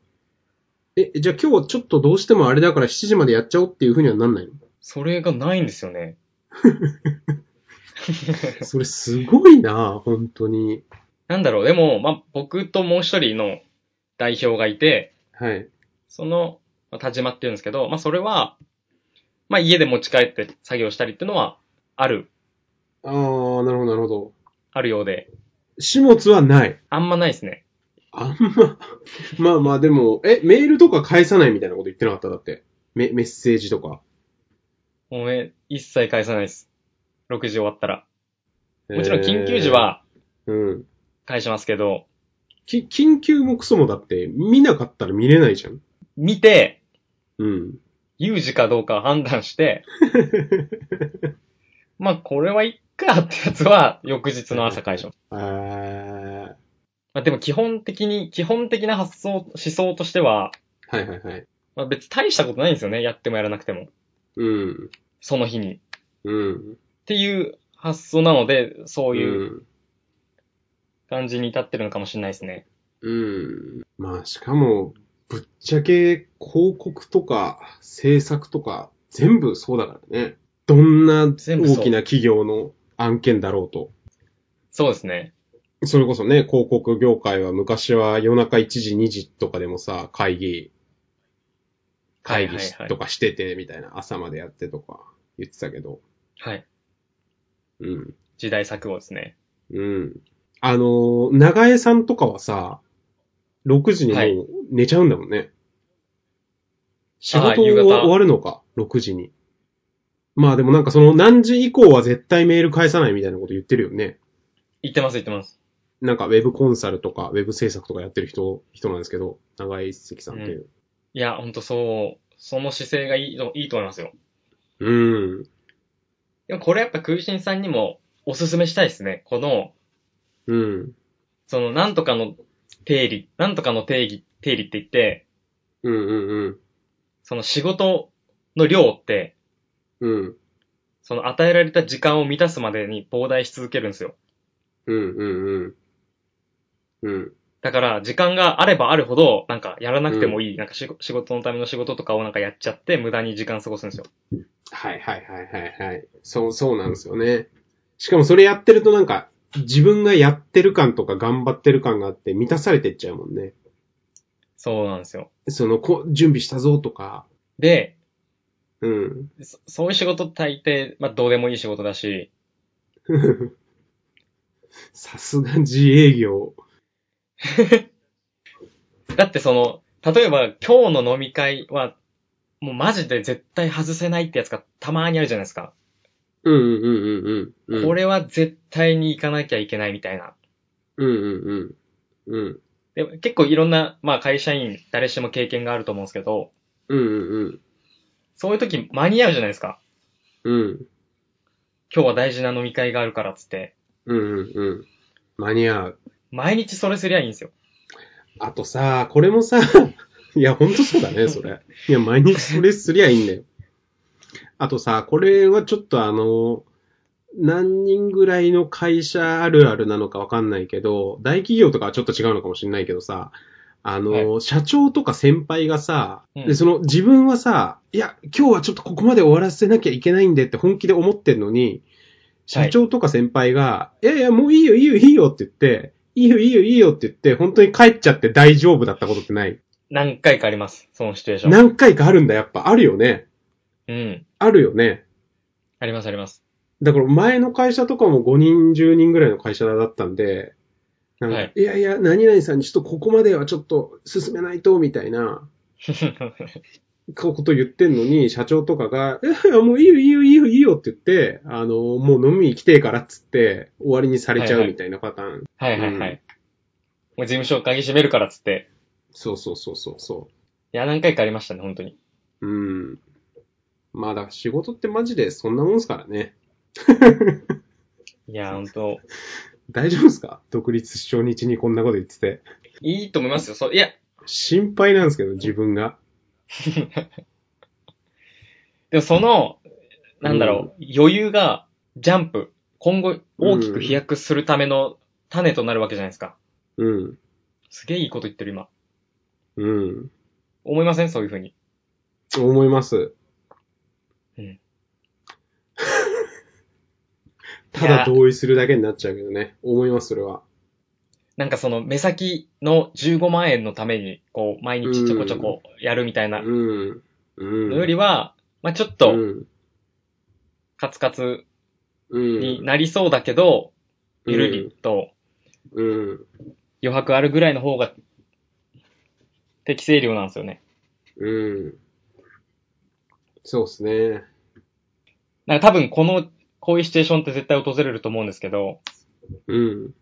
Speaker 2: え、じゃあ今日はちょっとどうしてもあれだから7時までやっちゃおうっていう風にはな んないの
Speaker 1: それがないんですよね。
Speaker 2: それすごいな本当に。
Speaker 1: なんだろう、でも、まあ、僕ともう一人の代表がいて、
Speaker 2: はい。
Speaker 1: その、まあ田島って言うんですけど、まあ、それは、まあ、家で持ち帰って作業したりってのは、ある、
Speaker 2: あー、なるほど、なるほど。
Speaker 1: あるようで、
Speaker 2: 始末はない。
Speaker 1: あんまないですね。
Speaker 2: あんま、 まあまあでも、え、メールとか返さないみたいなこと言ってなかっただって。メ、メッセージとか。
Speaker 1: もうね、一切返さないです。6時終わったら。もちろん緊急時は
Speaker 2: えー。うん。
Speaker 1: 返しますけど、
Speaker 2: き、緊急もクソもだって、見なかったら見れないじゃん。
Speaker 1: 見て、
Speaker 2: うん。
Speaker 1: 有事かどうか判断して、まあ、これはいっかってやつは、翌日の朝返します。
Speaker 2: あ
Speaker 1: まあ、でも基本的に、基本的な発想、思想としては、
Speaker 2: ーはいはいはい。
Speaker 1: まあ、別に大したことないんですよね。やってもやらなくても。
Speaker 2: うん。
Speaker 1: その日に。っ
Speaker 2: うん。
Speaker 1: ていう発想なので、そ
Speaker 2: こ
Speaker 1: ういうう感じに至ってるのかもしれないですね。
Speaker 2: うん。まあしかも、ぶっちゃけ広告とか制作とか全部そうだからね。どんな大
Speaker 1: 全部そう
Speaker 2: きな企業の案件だろうと。
Speaker 1: そうですね。
Speaker 2: それこそね、広告業界は昔は夜中1時2時とかでもさ、会議、会議し
Speaker 1: はいはいはい
Speaker 2: とかしててみたいな、朝までやってとか言ってたけど。
Speaker 1: はい。
Speaker 2: うん。
Speaker 1: 時代錯誤ですね。
Speaker 2: うん。あのー、長江さんとかはさ、6時にも
Speaker 1: はいう
Speaker 2: 寝ちゃうんだもんね。仕事
Speaker 1: 夕
Speaker 2: 終
Speaker 1: 方
Speaker 2: わ終わるのか、6時に。まあでもなんかその何時以降は絶対メール返さないみたいなこと言ってるよね。
Speaker 1: 言ってます言ってます。
Speaker 2: なんかウェブコンサルとかウェブ制作とかやってる人、人なんですけど、長江関さんっていう。
Speaker 1: いや、ほんとそう、その姿勢がいいと、いいと思いますよ。
Speaker 2: うん。
Speaker 1: でもこれやっぱ空心さんにもおすすめしたいですね。この、
Speaker 2: うん。
Speaker 1: その、なんとかの定理、なんとかの定義、定理って言って、
Speaker 2: うんうん
Speaker 1: その仕事の量って、
Speaker 2: うん。うん。
Speaker 1: その与えられた時間を満たすまでに膨大し続けるんですよ。
Speaker 2: うんうんうん。うん。
Speaker 1: だから、時間があればあるほど、なんか、やらなくてもいい、なんか仕、仕事のための仕事とかをなんかやっちゃって、無駄に時間過ごすんですよ。
Speaker 2: はいはいはいはいはい。そう、そうなんですよね。しかもそれやってるとなんか、自分がやってる感とか頑張ってる感があって満たされてっちゃうもんね。
Speaker 1: そうなんですよ。
Speaker 2: その、こう準備したぞとか。
Speaker 1: で、
Speaker 2: うん。
Speaker 1: そそういう仕事って大抵、まあ、どうでもいい仕事だし、
Speaker 2: さすが自営業。
Speaker 1: だってその、例えば、今日の飲み会は、もうマジで絶対外せないってやつがたまーにあるじゃないですか。
Speaker 2: うんうんうんうんうん。
Speaker 1: こ。れは絶対に行かなきゃいけないみたいな。
Speaker 2: うんうんうん。うん。
Speaker 1: で結構いろんな、まあ、会社員、誰しも経験があると思うんですけど、
Speaker 2: うんうん
Speaker 1: そういう時間に合うじゃないですか。
Speaker 2: うん。うん。
Speaker 1: 今日は大事な飲み会があるからっつって。
Speaker 2: うんうんうん。間に合う。
Speaker 1: 毎日それすりゃいいんですよ。
Speaker 2: あとさ、これもさ、 いや、ほんとそうだね、それ。いや、毎日それすりゃいいんだよ。あとさ、これはちょっとあの、何人ぐらいの会社あるあるなのかわかんないけど、大企業とかはちょっと違うのかもしれないけどさ、あの、社長とか先輩がさ、
Speaker 1: うん
Speaker 2: で、その自分はさ、いや、今日はちょっとここまで終わらせなきゃいけないんでって本気で思ってんのに、社長とか先輩が、い、やいや、もういいよ、いいよ、いいよって言って、いいよ、いいよ、いいよって言って、本当に帰っちゃって大丈夫だったことってない。
Speaker 1: 何回かあります。そのシチュエーション。
Speaker 2: 何回かあるんだ、やっぱ。あるよね。
Speaker 1: うん。
Speaker 2: あるよね。
Speaker 1: あります あります。
Speaker 2: だから前の会社とかも5人、10人ぐらいの会社だったんで、なんか、
Speaker 1: はい
Speaker 2: い、やいや、何々さんにちょっとここまではちょっと進めないと、みたいな、こと言ってんのに、社長とかが、いや、もういいよいいよいいよいいよって言って、あの、もう飲みに来てえからっつって、終わりにされ
Speaker 1: はい
Speaker 2: ちゃ
Speaker 1: うはい
Speaker 2: みたいなパターン。
Speaker 1: はいはいはい。もう事務所鍵閉めるからっつって。
Speaker 2: そうそうそうそうそ
Speaker 1: いや、何回かありましたね、本当に。
Speaker 2: う。うん。まあ、だから仕事ってマジでそんなもんすからね。
Speaker 1: いや、本当
Speaker 2: 大丈夫ですか独立初日にこんなこと言ってて。
Speaker 1: いいと思いますよ。そういや、
Speaker 2: 心配なんですけど、自分が。
Speaker 1: でもその、なんだろう、余裕が、ジャンプ、今後大きく飛躍するための種となるわけじゃないですか。
Speaker 2: うん。
Speaker 1: すげえいいこと言ってる、今。
Speaker 2: うん。
Speaker 1: 思いませんそういうふうに。
Speaker 2: 思います。
Speaker 1: うん。
Speaker 2: ただ同意するだけになっちゃうけどね。思います、それは。
Speaker 1: なんかその目先の15万円のために、こう、毎日ちょこちょこやるみたいな
Speaker 2: うん。うん。
Speaker 1: のよりは、まあちょっ
Speaker 2: う
Speaker 1: と、
Speaker 2: ん。
Speaker 1: カツカツ
Speaker 2: うん。
Speaker 1: になりそうだけど、ゆるりと
Speaker 2: うん。
Speaker 1: 余白あるぐらいの方が、適正量なんですよね。
Speaker 2: うん。そうですね。
Speaker 1: なんか多分この、こういうシチュエーションって絶対訪れると思うんですけど、
Speaker 2: うん。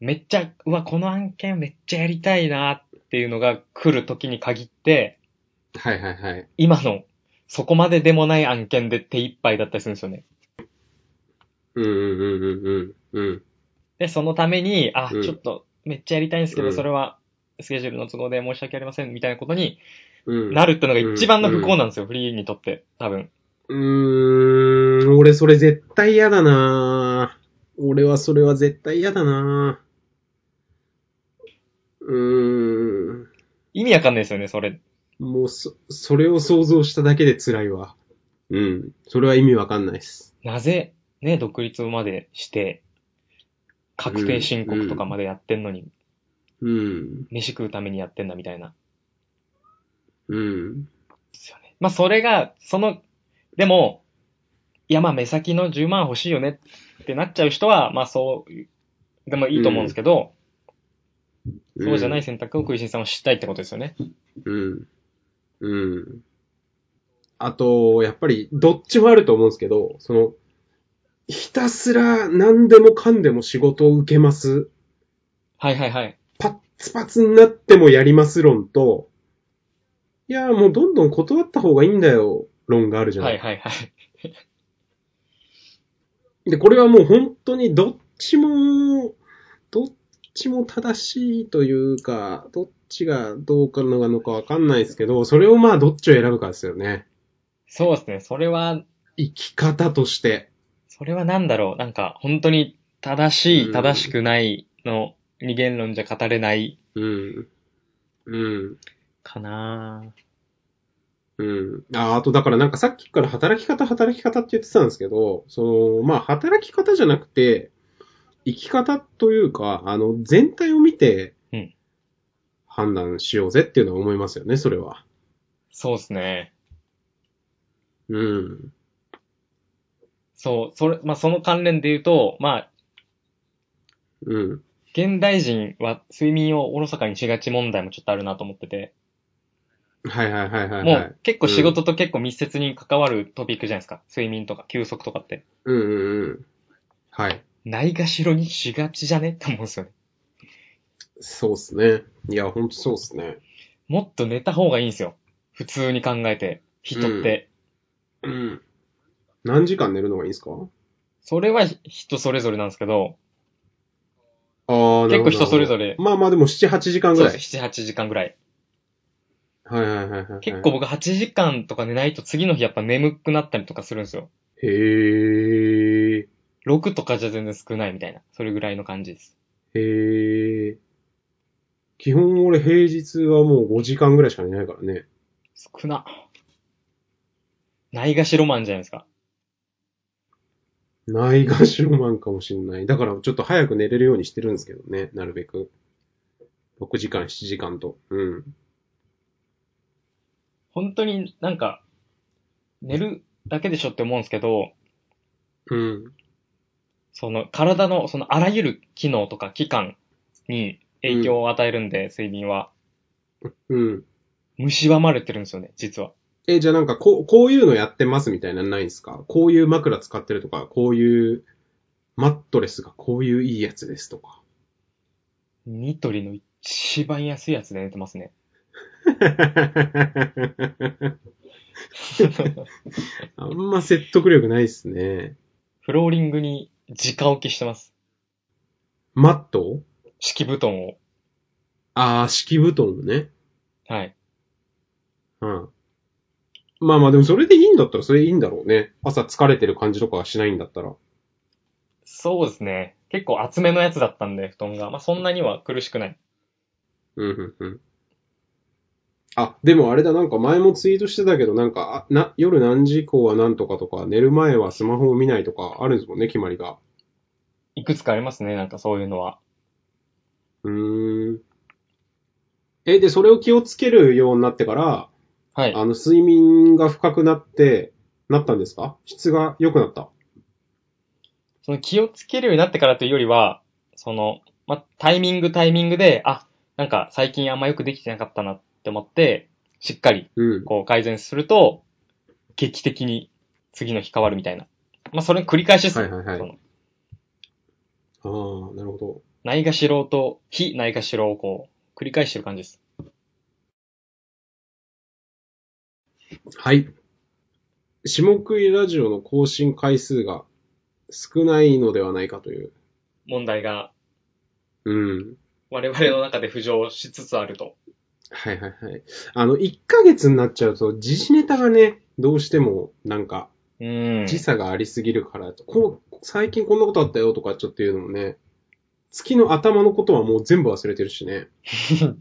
Speaker 1: めっちゃ、うわ、この案件めっちゃやりたいなっていうのが来る時に限って、
Speaker 2: はいはいはい。
Speaker 1: 今の、そこまででもない案件で手一杯だったりするんですよね。
Speaker 2: うんうんうんうんうん。うん。
Speaker 1: で、そのために、あ、
Speaker 2: うん
Speaker 1: ちょっと、めっちゃやりたいんですけど、
Speaker 2: うん
Speaker 1: それは、スケジュールの都合で申し訳ありません、みたいなことに
Speaker 2: うん。
Speaker 1: なるってのが一番の不幸なんですよ、フリーにとって、多分。
Speaker 2: うーん、俺それ絶対嫌だなぁ俺はそれは絶対嫌だなぁうーん、
Speaker 1: 意味わかんないですよね、それ。
Speaker 2: もうそ、それを想像しただけで辛いわ。うん、それは意味わかんないっす。
Speaker 1: なぜ、ね、独立までして、確定申告とかまでやってんのに、
Speaker 2: うん、
Speaker 1: 飯食うためにやってんだ、みたいな。
Speaker 2: うん、
Speaker 1: ですよね。まあ、それが、その、でも、いや、まあ、目先の10万欲しいよねってなっちゃう人は、まあ、そう、でもいいと思うんですけど、そうじゃない選択をクイシンさんはしたいってことですよね。
Speaker 2: うん。うん。あと、やっぱり、どっちもあると思うんですけど、その、ひたすら何でもかんでも仕事を受けます
Speaker 1: はいはいはい。
Speaker 2: パッツパツになってもやります論と、いやーもうどんどん断った方がいいんだよ論があるじゃな。
Speaker 1: はいいはいはい。
Speaker 2: で、これはもう本当にどっちも、どっちも正しいというか、どっちがどうかなのかわかんないですけど、それをまあどっちを選ぶかですよね。
Speaker 1: そうですね。それは、
Speaker 2: 生き方として。
Speaker 1: それはなんだろう。なんか、本当に正し
Speaker 2: う
Speaker 1: い、
Speaker 2: ん
Speaker 1: 正しくないの二元論じゃ語れない
Speaker 2: うん。うん。
Speaker 1: かな
Speaker 2: うん。あ、あとだからなんかさっきから働き方、働き方って言ってたんですけど、その、まあ働き方じゃなくて、生き方というか、あの、全体を見て
Speaker 1: うん、
Speaker 2: 判断しようぜっていうのは思いますよね、それは。
Speaker 1: そうですね。
Speaker 2: うん。
Speaker 1: そう。それ、まあ、その関連で言うと、まあ、
Speaker 2: うん。
Speaker 1: 現代人は睡眠をおろそかにしがち問題もちょっとあるなと思ってて、
Speaker 2: はいはいはいはい、
Speaker 1: も
Speaker 2: はい。
Speaker 1: う結構仕事と結構密接に関わるトピックじゃないですか。睡眠とか休息とかって。
Speaker 2: うんうんうん。はい。
Speaker 1: ないがしろにしがちじゃねって思うんですよね。
Speaker 2: そうっすね。いや、ほんとそうっすね。
Speaker 1: もっと寝た方がいいんですよ。普通に考えて、人って。
Speaker 2: うん。何時間寝るのがいいんですか
Speaker 1: それは人それぞれなんですけど、
Speaker 2: ああ、
Speaker 1: 結
Speaker 2: なる
Speaker 1: 構
Speaker 2: ほど
Speaker 1: 人それぞれ、
Speaker 2: まあまあでも7、8時間
Speaker 1: そ
Speaker 2: ぐ
Speaker 1: う
Speaker 2: ら
Speaker 1: で
Speaker 2: い。
Speaker 1: す、7、8時間ぐらい。
Speaker 2: はいはいはいはい。
Speaker 1: 結構僕8時間とか寝ないと次の日やっぱ眠くなったりとかするんですよ。
Speaker 2: へえ、
Speaker 1: 6とかじゃ全然少ないみたいな。それぐらいの感じです。
Speaker 2: へえ。基本俺平日はもう5時間ぐらいしか寝ないからね。
Speaker 1: 少な。ないがしろマンじゃないですか。
Speaker 2: ないがしろマンかもしんない。だからちょっと早く寝れるようにしてるんですけどね、なるべく。6時間、7時間と。うん。
Speaker 1: 本当になんか、寝るだけでしょって思うんですけど、
Speaker 2: うん。
Speaker 1: その体のそのあらゆる機能とか器官に影響を与えるんで、睡眠は。
Speaker 2: うん。
Speaker 1: 蝕まれてるんですよね、実は。
Speaker 2: え、じゃあなんかこう、こういうのやってますみたいなのないんですかこういう枕使ってるとか、こういうマットレスがこういういいやつですとか。
Speaker 1: ニトリの一番安いやつで寝てますね。
Speaker 2: あんま説得力ないですね。
Speaker 1: フローリングに直置きしてます。
Speaker 2: マット
Speaker 1: 敷布団を。
Speaker 2: ああ、敷布団ね。
Speaker 1: はい。
Speaker 2: うん。まあまあでもそれでいいんだったらそれいいんだろうね。朝疲れてる感じとかはしないんだったら。
Speaker 1: そうですね。結構厚めのやつだったんで、布団が。まあ、そんなには苦しくない。
Speaker 2: うんうんうん。あ、でもあれだ、なんか前もツイートしてたけど、なんか、あな、夜何時以降はなんとかとか、寝る前はスマホを見ないとか、あるんですもんね、決まりが。
Speaker 1: いくつかありますね、なんかそういうのは。
Speaker 2: うーん。え、で、それを気をつけるようになってから、
Speaker 1: はい。
Speaker 2: あの、睡眠が深くなって、なったんですか質が良くなった。
Speaker 1: その気をつけるようになってからというよりは、その、ま、タイミングタイミングで、あ、なんか最近あんまよくできてなかったなって思って、しっかり
Speaker 2: うん。
Speaker 1: こう改善すると、劇的に次の日変わるみたいな。まあ、それの繰り返しです。
Speaker 2: はいはいはい
Speaker 1: その
Speaker 2: ああ、なるほど。
Speaker 1: ないがしろと非ないがしろをこう、繰り返してる感じです。
Speaker 2: はい。下食いラジオの更新回数が少ないのではないかという。
Speaker 1: 問題が
Speaker 2: うん。
Speaker 1: 我々の中で浮上しつつあると。
Speaker 2: はいはいはい。あの、1ヶ月になっちゃうと、時事ネタがね、どうしても、なんか、
Speaker 1: うん。
Speaker 2: 時差がありすぎるから、こう、最近こんなことあったよとかちょっというのもね、月の頭のことはもう全部忘れてるしね。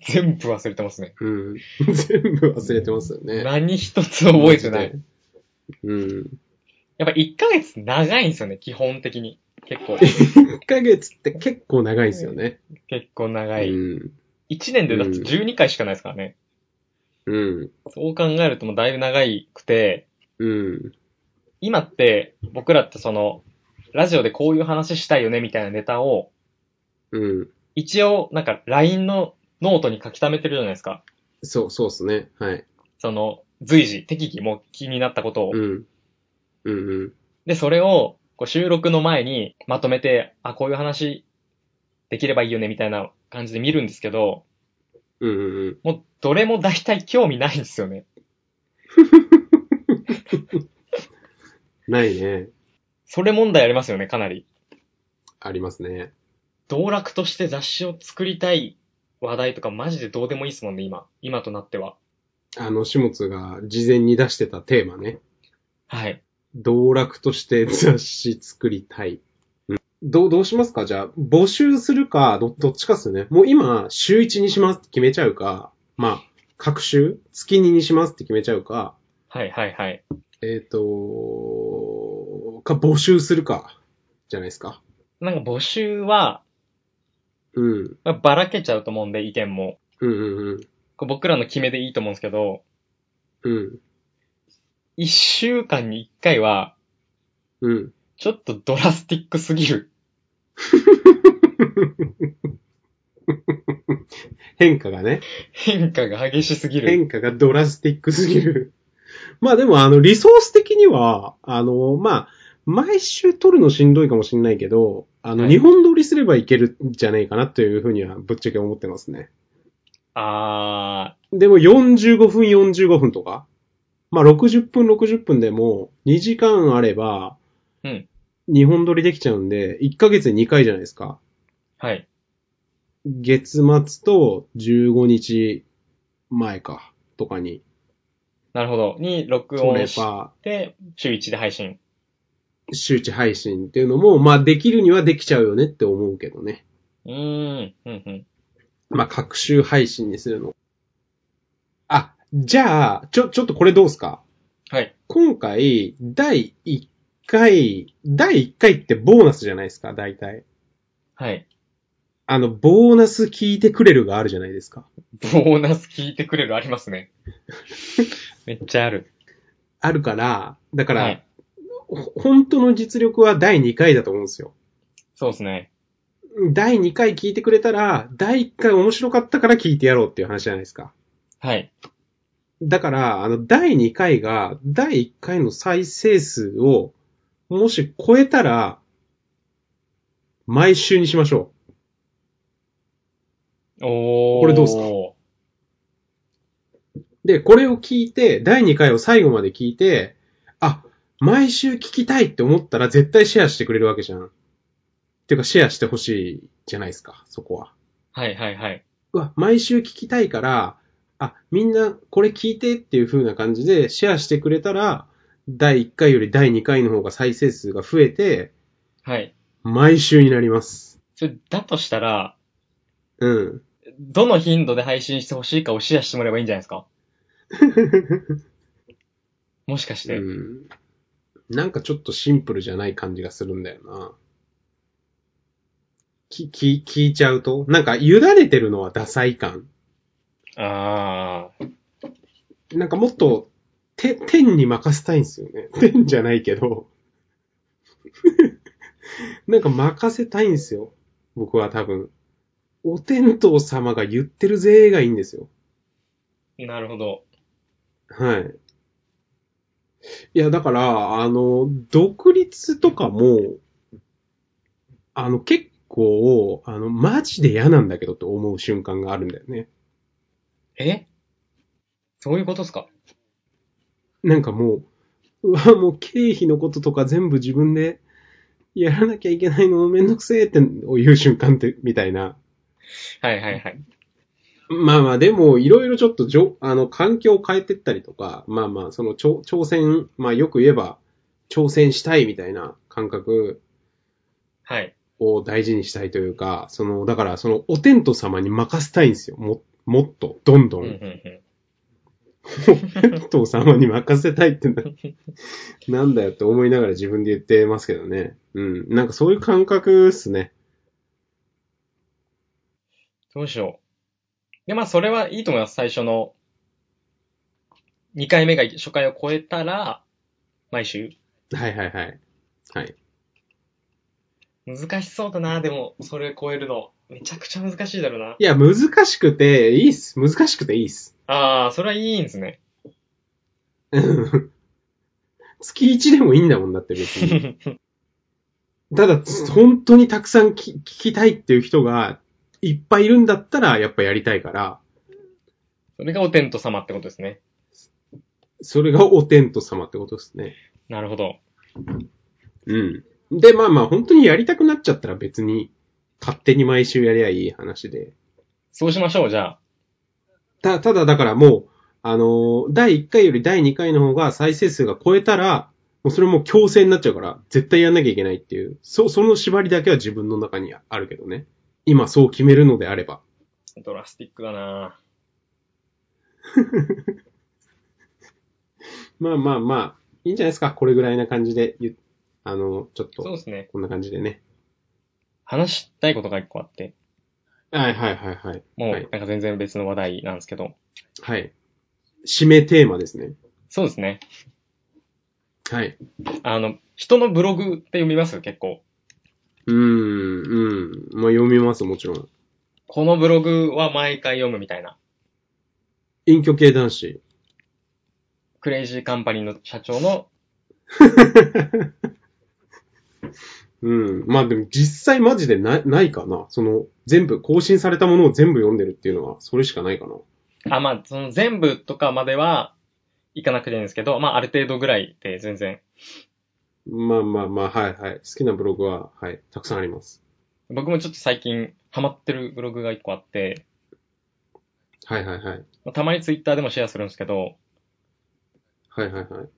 Speaker 1: 全部忘れてますね。
Speaker 2: うん。 全部忘れてますよね。
Speaker 1: 何一つ覚えてない。。
Speaker 2: うん。
Speaker 1: やっぱ1ヶ月長いんですよね、基本的に。結構。
Speaker 2: 1ヶ月って結構長いですよね。
Speaker 1: 結構長い。
Speaker 2: うん。
Speaker 1: 1年でだって
Speaker 2: うん
Speaker 1: 12回しかないですからね。
Speaker 2: うん。
Speaker 1: そう考えるともうだいぶ長いくて、
Speaker 2: うん。
Speaker 1: 今って僕らってその、ラジオでこういう話したいよねみたいなネタを、
Speaker 2: うん。
Speaker 1: 一応なんか LINE のノートに書き溜めてるじゃないですか。
Speaker 2: そう、そうっすね。はい。
Speaker 1: その、随時、適宜もう気になったことを。
Speaker 2: うん。うんうん。
Speaker 1: で、それをこう収録の前にまとめて、あ、こういう話できればいいよねみたいな感じで見るんですけど、
Speaker 2: うんうんうん。
Speaker 1: もうどれも大体興味ないんですよね。
Speaker 2: ないね。
Speaker 1: それ問題ありますよね、かなり。
Speaker 2: ありますね。
Speaker 1: 道楽として雑誌を作りたい話題とかマジでどうでもいいですもんね、今。今となっては。
Speaker 2: あの、始末が事前に出してたテーマね。
Speaker 1: はい。
Speaker 2: 道楽として雑誌作りたい。うん、どう、どうしますかじゃあ、募集するか、ど、どっちかっすね。もう今、週1にしますって決めちゃうか、まあ、各週、月2にしますって決めちゃうか、
Speaker 1: はいはいはい。
Speaker 2: えっ、と、か、募集するか、じゃないですか。
Speaker 1: なんか募集は、
Speaker 2: うん。
Speaker 1: まあばらけちゃうと思うんで、意見も。
Speaker 2: うんうん
Speaker 1: これ僕らの決めでいいと思うんですけど、
Speaker 2: うん。うん。
Speaker 1: 一週間に一回は、
Speaker 2: うん。
Speaker 1: ちょっとドラスティックすぎる。
Speaker 2: 変化がね。
Speaker 1: 変化が激しすぎる。
Speaker 2: 変化がドラスティックすぎる。 まあでも、あの、リソース的には、あの、まあ、毎週撮るのしんどいかもしんないけど、あの、
Speaker 1: はい
Speaker 2: 日本撮りすればいけるんじゃないかなというふうには、ぶっちゃけ思ってますね。
Speaker 1: あ
Speaker 2: でも、45分45分とか、まあ、60分60分でも、2時間あれば、
Speaker 1: うん
Speaker 2: 日本撮りできちゃうんで、1ヶ月に2回じゃないですか。
Speaker 1: ー、はい。
Speaker 2: 月末と15日前か、とかに、
Speaker 1: なるほど。に、録
Speaker 2: 撮れ
Speaker 1: 音し
Speaker 2: ば、
Speaker 1: て、週一で配信。
Speaker 2: 周知配信っていうのも、まあできるにはできちゃうよねって思うけどね。
Speaker 1: うーん、うん、うん。
Speaker 2: まあ各週配信にするの。あ、じゃあ、ちょ、ちょっとこれどうすか
Speaker 1: はい。
Speaker 2: 今回、第1回、第1回ってボーナスじゃないですか、大体。
Speaker 1: はい。
Speaker 2: あの、ボーナス聞いてくれるがあるじゃないですか。
Speaker 1: ボーナス聞いてくれるありますね。 めっちゃある。
Speaker 2: あるから、だから、
Speaker 1: はい
Speaker 2: ほ本当の実力は第2回だと思うんですよ。
Speaker 1: そうですね。
Speaker 2: 第2回聞いてくれたら、第1回面白かったから聞いてやろうっていう話じゃないですか。
Speaker 1: はい。
Speaker 2: だから、あの、第2回が、第1回の再生数を、もし超えたら、毎週にしましょ
Speaker 1: おー。
Speaker 2: これどうすかう。で、これを聞いて、第2回を最後まで聞いて、あ、毎週聞きたいって思ったら絶対シェアしてくれるわけじゃん。てか、シェアしてほしいじゃないですか、そこは。
Speaker 1: はいはいはい。
Speaker 2: うわ、毎週聞きたいから、あ、みんなこれ聞いてっていう風な感じでシェアしてくれたら、第1回より第2回の方が再生数が増えて、
Speaker 1: はい。
Speaker 2: 毎週になります。
Speaker 1: それ、だとしたら、
Speaker 2: うん。
Speaker 1: どの頻度で配信してほしいかをシェアしてもらえばいいんじゃないです かもしかして。
Speaker 2: うん。なんかちょっとシンプルじゃない感じがするんだよな。き、き、聞いちゃうとなんか委ねてるのはダサい感。
Speaker 1: ああ。
Speaker 2: なんかもっと、て、天に任せたいんですよ ね。天じゃないけど。 なんか任せたいんですよ。僕は多分。お天道様が言ってるぜがいいんですよ。
Speaker 1: なるほど。
Speaker 2: はい。いや、だから、あの、独立とかも、あの、結構、あの、マジで嫌なんだけどって思う瞬間があるんだよね。
Speaker 1: えそういうことですか
Speaker 2: なんかもう、うわ、もう経費のこととか全部自分でやらなきゃいけないのめんどくせえって言う瞬間って、みたいな。
Speaker 1: はいはいはい。
Speaker 2: まあまあ、でも、いろいろちょっとじょ、あの、環境を変えてったりとか、まあまあ、その、ちょ挑戦、まあよく言えば、挑戦したいみたいな感覚
Speaker 1: はい。
Speaker 2: を大事にしたいというか、その、だから、その、お天道様に任せたいんですよ。も、もっと、どんど。
Speaker 1: うんんうんうん。
Speaker 2: お父様に任せたい ってな、なんだよって思いながら自分で言ってますけどね。うん。なんかそういう感覚っすね。
Speaker 1: どうしよう。で、まあ、それはいいと思います。最初の、2回目が初回を超えたら、毎週。
Speaker 2: はいはいはい。はい。
Speaker 1: 難しそうだな、でも、それ超えるの。めちゃくちゃ難しいだろうな。
Speaker 2: いや、難しくていいっす。難しくていいっす。
Speaker 1: ああ、それはいいんですね。
Speaker 2: うん月1でもいいんだもんだって 別に。ただ、本当にたくさんき聞きたいっていう人がいっぱいいるんだったら、やっぱやりたいから、
Speaker 1: それがお天道様ってことですね。
Speaker 2: それがお天道様ってことですね。
Speaker 1: なるほど。
Speaker 2: うん。で、まあまあ、本当にやりたくなっちゃったら別に、勝手に毎週やりゃいい話で。
Speaker 1: そうしましょう、じゃあ。
Speaker 2: た、ただだからもう、あのー第1回より第2回の方が再生数が超えたら、もうそれもう強制になっちゃうから、絶対やんなきゃいけないっていう、そ、その縛りだけは自分の中にあるけどね。今そう決めるのであれば。
Speaker 1: ドラスティックだな
Speaker 2: まあまあまあ、いいんじゃないですか。これぐらいな感じで言う、あのーちょっ
Speaker 1: そう
Speaker 2: と、
Speaker 1: ですね。
Speaker 2: こんな感じでね。
Speaker 1: 話したいことが一個あって。
Speaker 2: はいはいはいはい。
Speaker 1: もう、
Speaker 2: はい
Speaker 1: なんか全然別の話題なんですけど。
Speaker 2: はい。締めテーマですね。
Speaker 1: そうですね。
Speaker 2: はい。
Speaker 1: あの、人のブログって読みます結構。
Speaker 2: うーん、うん。まあ読みます、もちろん。
Speaker 1: このブログは毎回読むみたいな。
Speaker 2: 隠居系男子。
Speaker 1: クレイジーカンパニーの社長の、
Speaker 2: うん。まあでも実際マジでない、ないかな。その、全部、更新されたものを全部読んでるっていうのは、それしかないかな。
Speaker 1: あ、まあ、その全部とかまではいかなくていいんですけど、まあ、ある程度ぐらいで全然。
Speaker 2: まあまあまあ、はいはい。好きなブログは、はい、たくさんあります。
Speaker 1: 僕もちょっと最近ハマってるブログが一個あって、
Speaker 2: はいはいはい。
Speaker 1: まあたまにツイッターでもシェアするんですけど、
Speaker 2: はいはいはい。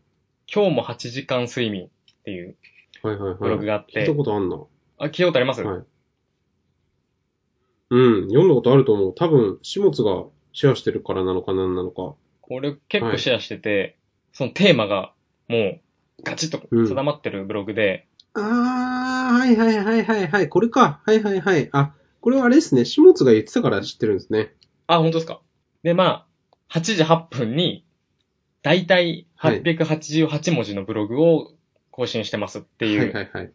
Speaker 1: 今日も8時間睡眠っていう
Speaker 2: はいはいはい。
Speaker 1: ブログがあって、
Speaker 2: 聞いたことあんな。
Speaker 1: あ、聞いたことあります、
Speaker 2: はいうん、読んだことあると思う。多分、始末がシェアしてるからなのかなんなのか。
Speaker 1: これ結構シェアしてて、そのテーマがもうガチッと定まってるブログで、
Speaker 2: あー、はいはいはいはいはい。これか。はいはいはい。あ、これはあれですね。始末が言ってたから知ってるんですね。
Speaker 1: あ、本当ですかで、まあ、8時8分に、だいたい888文字のブログを更新してますっていう、
Speaker 2: はいはいはい。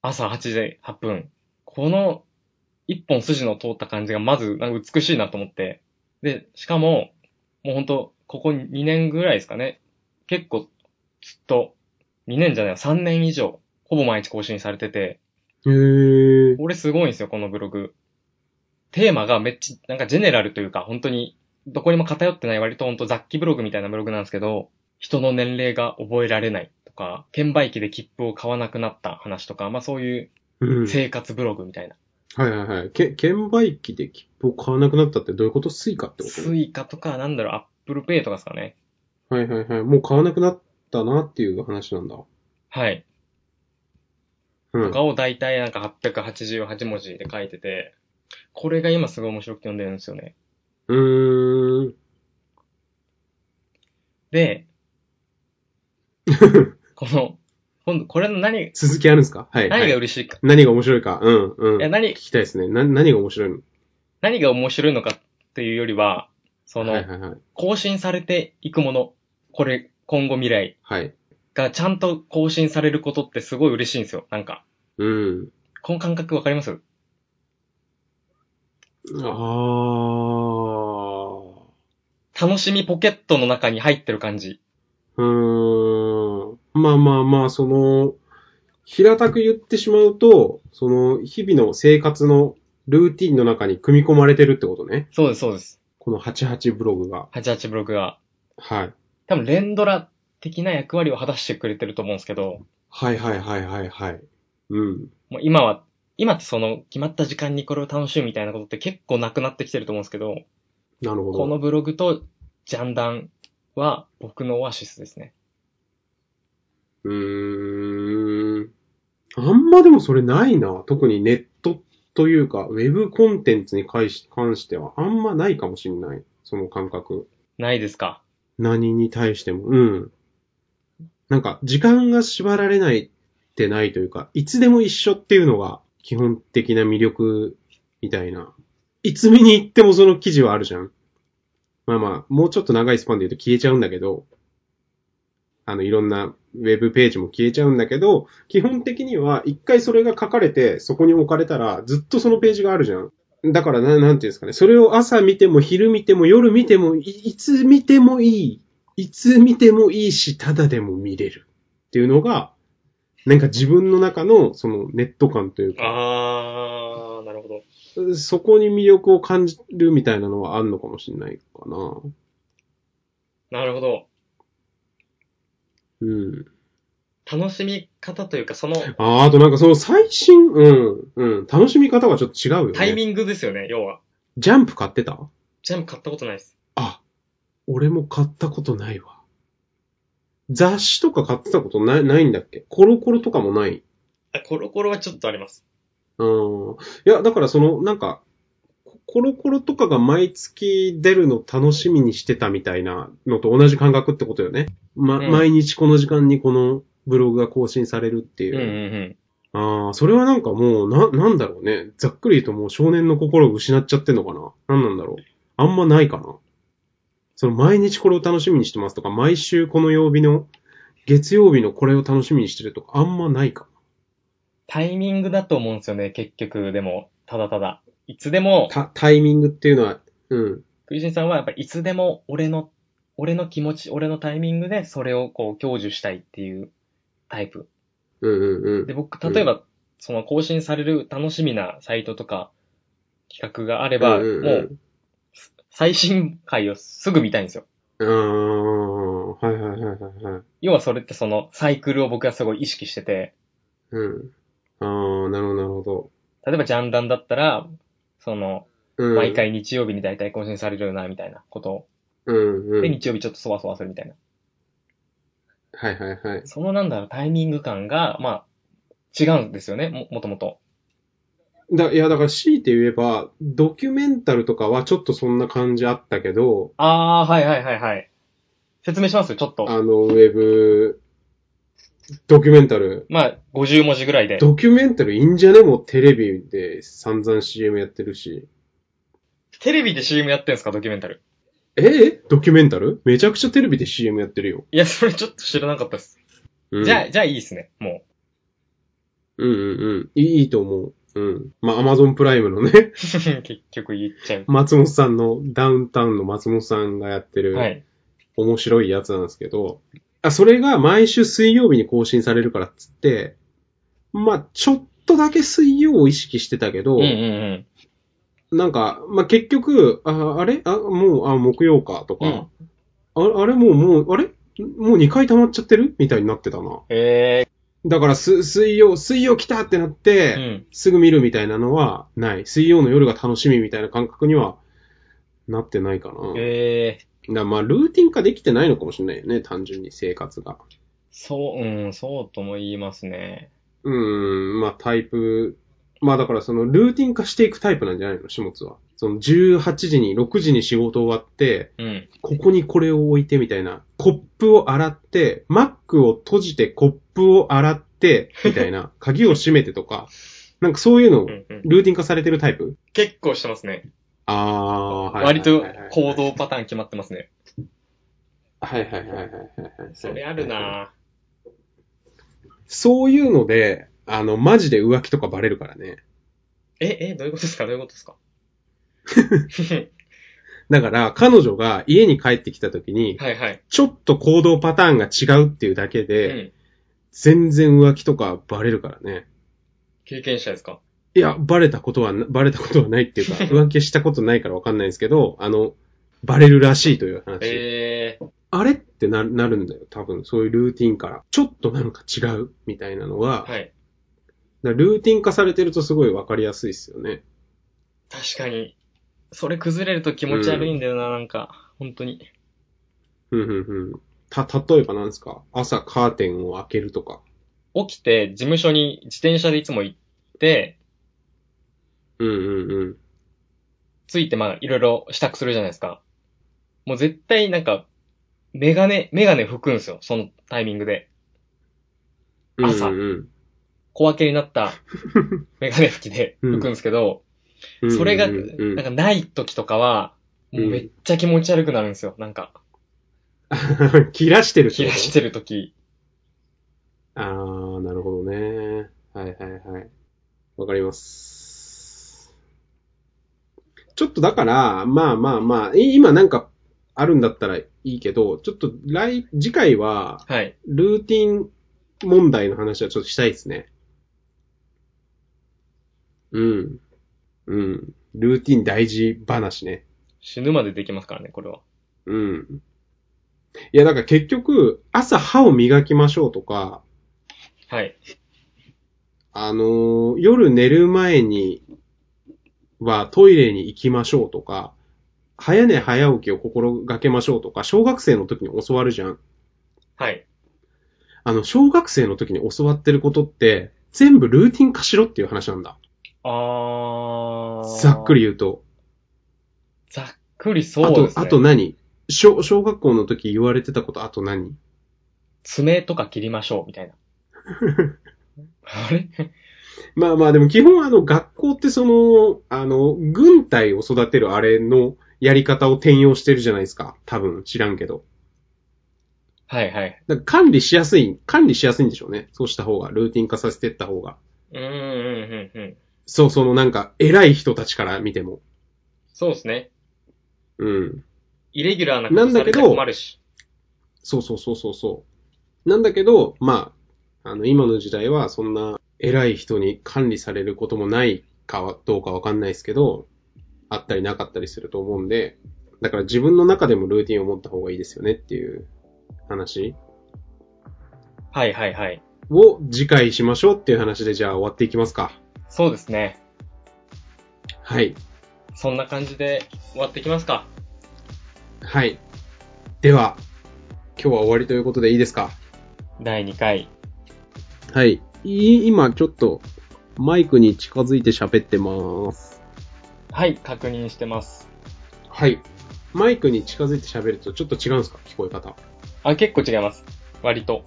Speaker 1: 朝8時8分。この一本筋の通った感じがまず、なんか美しいなと思って。で、しかも、もうほんと、ここ2年ぐらいですかね。結構、ずっと、2年じゃないよ、3年以上、ほぼ毎日更新されてて、
Speaker 2: へえ。
Speaker 1: 俺すごいんですよ、このブログ。テーマがめっちゃ、なんかジェネラルというか、本当に、どこにも偏ってない割と本当雑記ブログみたいなブログなんですけど、人の年齢が覚えられないとか、券売機で切符を買わなくなった話とか、まあそういう
Speaker 2: うん。
Speaker 1: 生活ブログみたいな。
Speaker 2: はいはいはい。け、券売機で切符を買わなくなったってどういうことスイカってこと
Speaker 1: スイカとか、なんだろう、アップルペイとかですかね。
Speaker 2: はいはいはい。もう買わなくなったなっていう話なんだ。
Speaker 1: はい。
Speaker 2: う
Speaker 1: と
Speaker 2: ん。
Speaker 1: かを大体なんか888文字で書いてて、これが今すごい面白くて読んでるんですよね。
Speaker 2: うーん。
Speaker 1: で、この、今度、これの何、
Speaker 2: 続きあるんですかはい。
Speaker 1: 何
Speaker 2: は
Speaker 1: が
Speaker 2: い、
Speaker 1: 嬉しいか。
Speaker 2: 何が面白いか。うん、うん。
Speaker 1: いや、何
Speaker 2: 聞、きたいですね。な、何が面白いの
Speaker 1: 何が面白いのかっていうよりは、その、
Speaker 2: はいはいはい。
Speaker 1: 更新されていくもの、これ、今後未来
Speaker 2: はい。
Speaker 1: がちゃんと更新されることってすごい嬉しいんですよ。なんか、
Speaker 2: うん。
Speaker 1: この感覚わかります
Speaker 2: あー。
Speaker 1: 楽しみポケットの中に入ってる感じ。
Speaker 2: うーん。まあまあまあ、その、平たく言ってしまうと、その、日々の生活のルーティンの中に組み込まれてるってことね。
Speaker 1: そうです、そうです。
Speaker 2: この88ブログが。
Speaker 1: 88ブログが。
Speaker 2: はい。
Speaker 1: 多分、連ドラ的な役割を果たしてくれてると思うんですけど、
Speaker 2: はいはいはいはいはい。うん。
Speaker 1: もう今は、今ってその決まった時間にこれを楽しむみたいなことって結構なくなってきてると思うんですけど、
Speaker 2: なるほど。
Speaker 1: このブログとジャンダンは僕のオアシスですね。
Speaker 2: うーん。あんまでもそれないな。特にネットというか、ウェブコンテンツに関し関しては、あんまないかもしれない。その感覚。
Speaker 1: ないですか
Speaker 2: 何に対しても。うん。なんか、時間が縛られないってないというか、いつでも一緒っていうのが基本的な魅力みたいな。いつ見に行ってもその記事はあるじゃん。まあまあ、もうちょっと長いスパンで言うと消えちゃうんだけど、あの、いろんなウェブページも消えちゃうんだけど、基本的には一回それが書かれて、そこに置かれたら、ずっとそのページがあるじゃん。だからな、なんていうんですかね。それを朝見ても、昼見ても、夜見てもい、いつ見てもいい。いつ見てもいいし、ただでも見れる。っていうのが、なんか自分の中の、そのネット感というか、
Speaker 1: あー、なるほど。
Speaker 2: そこに魅力を感じるみたいなのはあるのかもしれないかな。
Speaker 1: なるほど。
Speaker 2: うん。
Speaker 1: 楽しみ方というか、その
Speaker 2: あーあとなんかその最新、うん、うん、楽しみ方がちょっと違うよね。
Speaker 1: タイミングですよね、要は。
Speaker 2: ジャンプ買ってた
Speaker 1: ジャンプ買ったことないです。
Speaker 2: あ、俺も買ったことないわ。雑誌とか買ってたことない、ないんだっけコロコロとかもない
Speaker 1: あコロコロはちょっとあります。
Speaker 2: うん。いや、だからその、なんか、ココロコロとかが毎月出るの楽しみにしてたみたいなのと同じ感覚ってことよね。ま、
Speaker 1: うん
Speaker 2: 毎日この時間にこのブログが更新されるっていうう。
Speaker 1: んうんうん。
Speaker 2: ああ、それはなんかもう、な、なんだろうね。ざっくり言うともう少年の心を失っちゃってんのかな。なんなんだろう。あんまないかな。その毎日これを楽しみにしてますとか、毎週この曜日の、月曜日のこれを楽しみにしてるとか、あんまないか
Speaker 1: タイミングだと思うんですよね、結局。でも、ただただ。いつでも
Speaker 2: な。、た、タイミングっていうのは、うん。
Speaker 1: クリシンさんはやっぱいつでも俺の、俺の気持ち、俺のタイミングでそれをこう享受したいっていうタイプ。
Speaker 2: うんうんうん
Speaker 1: で、。僕、例えば、その更新される楽しみなサイトとか企画があれば、
Speaker 2: うんうんうん
Speaker 1: もう最新回をすぐ見たいんですよ。
Speaker 2: ああ、はいはいはいはいはい。
Speaker 1: 要はそれってそのサイクルを僕はすごい意識してて、
Speaker 2: うん。ああ、なるほどなるほど。
Speaker 1: 例えばジャンダンだったら、その、
Speaker 2: うん。
Speaker 1: 毎。回日曜日に大体更新されるよな、みたいなことを。
Speaker 2: うんう
Speaker 1: で、
Speaker 2: ん。
Speaker 1: 日曜日ちょっとそわそわするみたいな。
Speaker 2: はいはいはい。
Speaker 1: そのなんだろう、タイミング感が、まあ、違うんですよね、も、もともと。
Speaker 2: だ、いや、だから強いて言えば、ドキュメンタルとかはちょっとそんな感じあったけど、
Speaker 1: あー、はいはいはいはい。説明しますよ、ちょっと。
Speaker 2: あの、ウェブ、ドキュメンタル。
Speaker 1: まあ、50文字ぐらいで。
Speaker 2: ドキュメンタルいいんじゃねもうテレビで散々 CM やってるし。
Speaker 1: テレビで CM やってんすか、ドキュメンタル。
Speaker 2: えドキュメンタルめちゃくちゃテレビで CM やってるよ。
Speaker 1: いや、それちょっと知らなかったです。
Speaker 2: うん、
Speaker 1: じゃあ、じゃあいいっすね、も
Speaker 2: うんうんうん。いいいいと思う。うん。まあ、アマゾンプライムのね、
Speaker 1: 結局言っちゃう。
Speaker 2: 松本さんの、ダウンタウンの松本さんがやってる、
Speaker 1: はい。
Speaker 2: 面白いやつなんですけど、あ、それが毎週水曜日に更新されるからっつって、まあ、ちょっとだけ水曜を意識してたけど、
Speaker 1: うんうん
Speaker 2: なんか、まあ、結局、あ、あれあ、もう、あ、木曜か、と
Speaker 1: うん。う
Speaker 2: か
Speaker 1: ん、。
Speaker 2: ああれもう、もう、あれもう2回溜まっちゃってるみたいになってたな。
Speaker 1: え
Speaker 2: だから、す、水曜、水曜来たってなっ
Speaker 1: え
Speaker 2: て、
Speaker 1: うん。
Speaker 2: すぐ見るみたいなのはない。水曜の夜が楽しみみたいな感覚にはなってないかな。
Speaker 1: ええ
Speaker 2: だからまあ、ルーティン化できてないのかもしれないよね、単純に生活が。
Speaker 1: そう、うん、そうとも言いますね。
Speaker 2: うーん、まあタイプ、まあだからそのルーティン化していくタイプなんじゃないの、始末は。その18時に、6時に仕事終わって、
Speaker 1: うん。
Speaker 2: ここにこれを置いてみたいな。コップを洗って、マックを閉じてコップを洗って、みたい な。鍵を閉めてとか。なんかそういうの、
Speaker 1: うんうん、
Speaker 2: ルーティン化されてるタイプ
Speaker 1: 結構してますね。
Speaker 2: ああ、はいはい
Speaker 1: 割
Speaker 2: はいはい
Speaker 1: と行。動パターン決まってますね。
Speaker 2: はいはいはいはいはいはい。
Speaker 1: それあるなぁ。
Speaker 2: そういうので、あの、マジで浮気とかバレるからね。
Speaker 1: え、え、どういうことですかどういうことですか
Speaker 2: だから、彼女が家に帰ってきた時に、
Speaker 1: はいはい。
Speaker 2: ちょっと行動パターンが違うっていうだけ
Speaker 1: う
Speaker 2: で、
Speaker 1: ん。
Speaker 2: 全然浮気とかバレるからね。
Speaker 1: 経験者ですか
Speaker 2: いや、バレたことはな、バレたことはないっていうか、 浮気したことないからわかんないんですけど、あの、バレるらしいという話。
Speaker 1: ええ
Speaker 2: あれってな、なるんだよ。多分、そういうルーティンから。ちょっとなんか違う、みたいなのは、
Speaker 1: はい。
Speaker 2: だからルーティン化されてるとすごいわかりやすいですよね。
Speaker 1: 確かに。それ崩れると気持ち悪いんだよな、なんか。本当に。
Speaker 2: うん、うん、うん。た、例えばなんですか朝カーテンを開けるとか。
Speaker 1: 起きて、事務所に自転車でいつも行って、
Speaker 2: うん、うん、うん。
Speaker 1: ついてまあ、いろいろ支度するじゃないですか。もう絶対なんか、メガネ、メガネ拭くんですよ、そのタイミングで。朝
Speaker 2: うんうん
Speaker 1: 小分けにな ったメガネ拭きで
Speaker 2: うん
Speaker 1: 拭くんですけど、
Speaker 2: うん、
Speaker 1: それが、
Speaker 2: うんうんうん
Speaker 1: なんかない時とかは、もうめっちゃ気持ち悪くなるんですよ、なんか。
Speaker 2: 切らしてるって
Speaker 1: 冷
Speaker 2: こ
Speaker 1: や
Speaker 2: と
Speaker 1: してる時。
Speaker 2: ああ、なるほどね。はいはいはい。わかります。ちょっとだから、まあまあまあ、い今なんかあるんだったらいいけど、ちょっと来、次回は、
Speaker 1: はい。
Speaker 2: ルーティン問題の話はちょっとしたいですね。うん。うん。ルーティン大事話ね。
Speaker 1: 死ぬまでできますからね、これは。
Speaker 2: うん。いや、だから結局、朝歯を磨きましょうとか、
Speaker 1: はい。
Speaker 2: あのー夜寝る前にはトイレに行きましょうとか、早寝早起きを心がけましょうとか、小学生の時に教わるじゃん。
Speaker 1: はい。
Speaker 2: あの、小学生の時に教わってることって、全部ルーティン化しろっていう話なんだ。
Speaker 1: あー。
Speaker 2: ざっくり。言うと。
Speaker 1: ざっくりそ
Speaker 2: あ
Speaker 1: う
Speaker 2: と
Speaker 1: で、すね。
Speaker 2: あと何小、小学校の時言われてたこと、あと何
Speaker 1: 爪とか切りましょう、みた いな。あれ
Speaker 2: まあまあでも基本あの学校ってその、あの、軍隊を育てるあれのやり方を転用してるじゃないですか。多分知らんけど。
Speaker 1: はいはい。
Speaker 2: だから管理しやすい、管理しやすいんでしょうね。そうした方が、ルーティン化させてった方が。
Speaker 1: うんうんうんうん。
Speaker 2: そう、そのなんか、偉い人たちから見ても。
Speaker 1: そうですね。
Speaker 2: うん。
Speaker 1: イレギュラーなこ
Speaker 2: な
Speaker 1: と
Speaker 2: んだ
Speaker 1: され
Speaker 2: けど
Speaker 1: たら困るし。
Speaker 2: そうそうそうそうそう。なんだけど、まあ、あの、今の時代は、そんな、偉い人に管理されることもないかは、どうかわかんないですけど、あったりなかったりすると思うんで、だから自分の中でもルーティンを持った方がいいですよねっていう話
Speaker 1: はいはいはい。
Speaker 2: を次回しましょうっていう話で、じゃあ終わっていきますか。
Speaker 1: そうですね。
Speaker 2: はい。
Speaker 1: そんな感じで終わってきますか。
Speaker 2: はい。では、今日は終わりということでいいですか
Speaker 1: 第2回。
Speaker 2: はい。い今ちょっとマイクに近づいて喋ってます。
Speaker 1: はい、確認してます。
Speaker 2: はい。マイクに近づいて喋るとちょっと違うんですか聞こえ方。
Speaker 1: あ、結構違います。割と。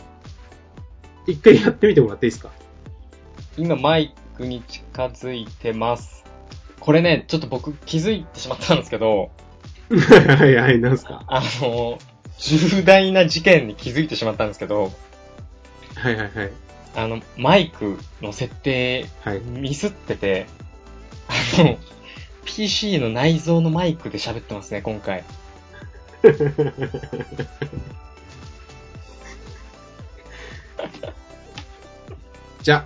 Speaker 2: 一回やってみてもらっていいですか
Speaker 1: 今マイクに近づいてます。これね、ちょっと僕気づいてしまったんですけど、
Speaker 2: はいはい、なんすか
Speaker 1: あの、重大な事件に気づいてしまったんですけど、
Speaker 2: はいはいはい。
Speaker 1: あの、マイクの設定、
Speaker 2: はい。
Speaker 1: ミスってて、あの、PC の内蔵のマイクで喋ってますね、今回。
Speaker 2: じゃあ、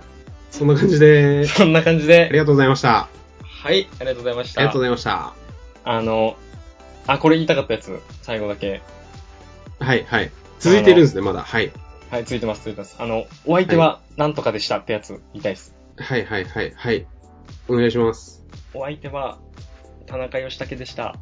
Speaker 2: そんな感じで、
Speaker 1: そんな感じ
Speaker 2: あり
Speaker 1: で。
Speaker 2: がとうございました。あ
Speaker 1: はい、ありがとうございました。
Speaker 2: りがとうございました。
Speaker 1: あの、あ、これ言いたかったやつ、最後だけ。
Speaker 2: はい、はい。続いてるんですね、まだ。はい。
Speaker 1: はい、ついてます、ついてます。あの、お相手はなんとかでしたってやつ、言いたいです。
Speaker 2: はい、はい、はい、はい。お願いします。
Speaker 1: お相手は、田中義武でした。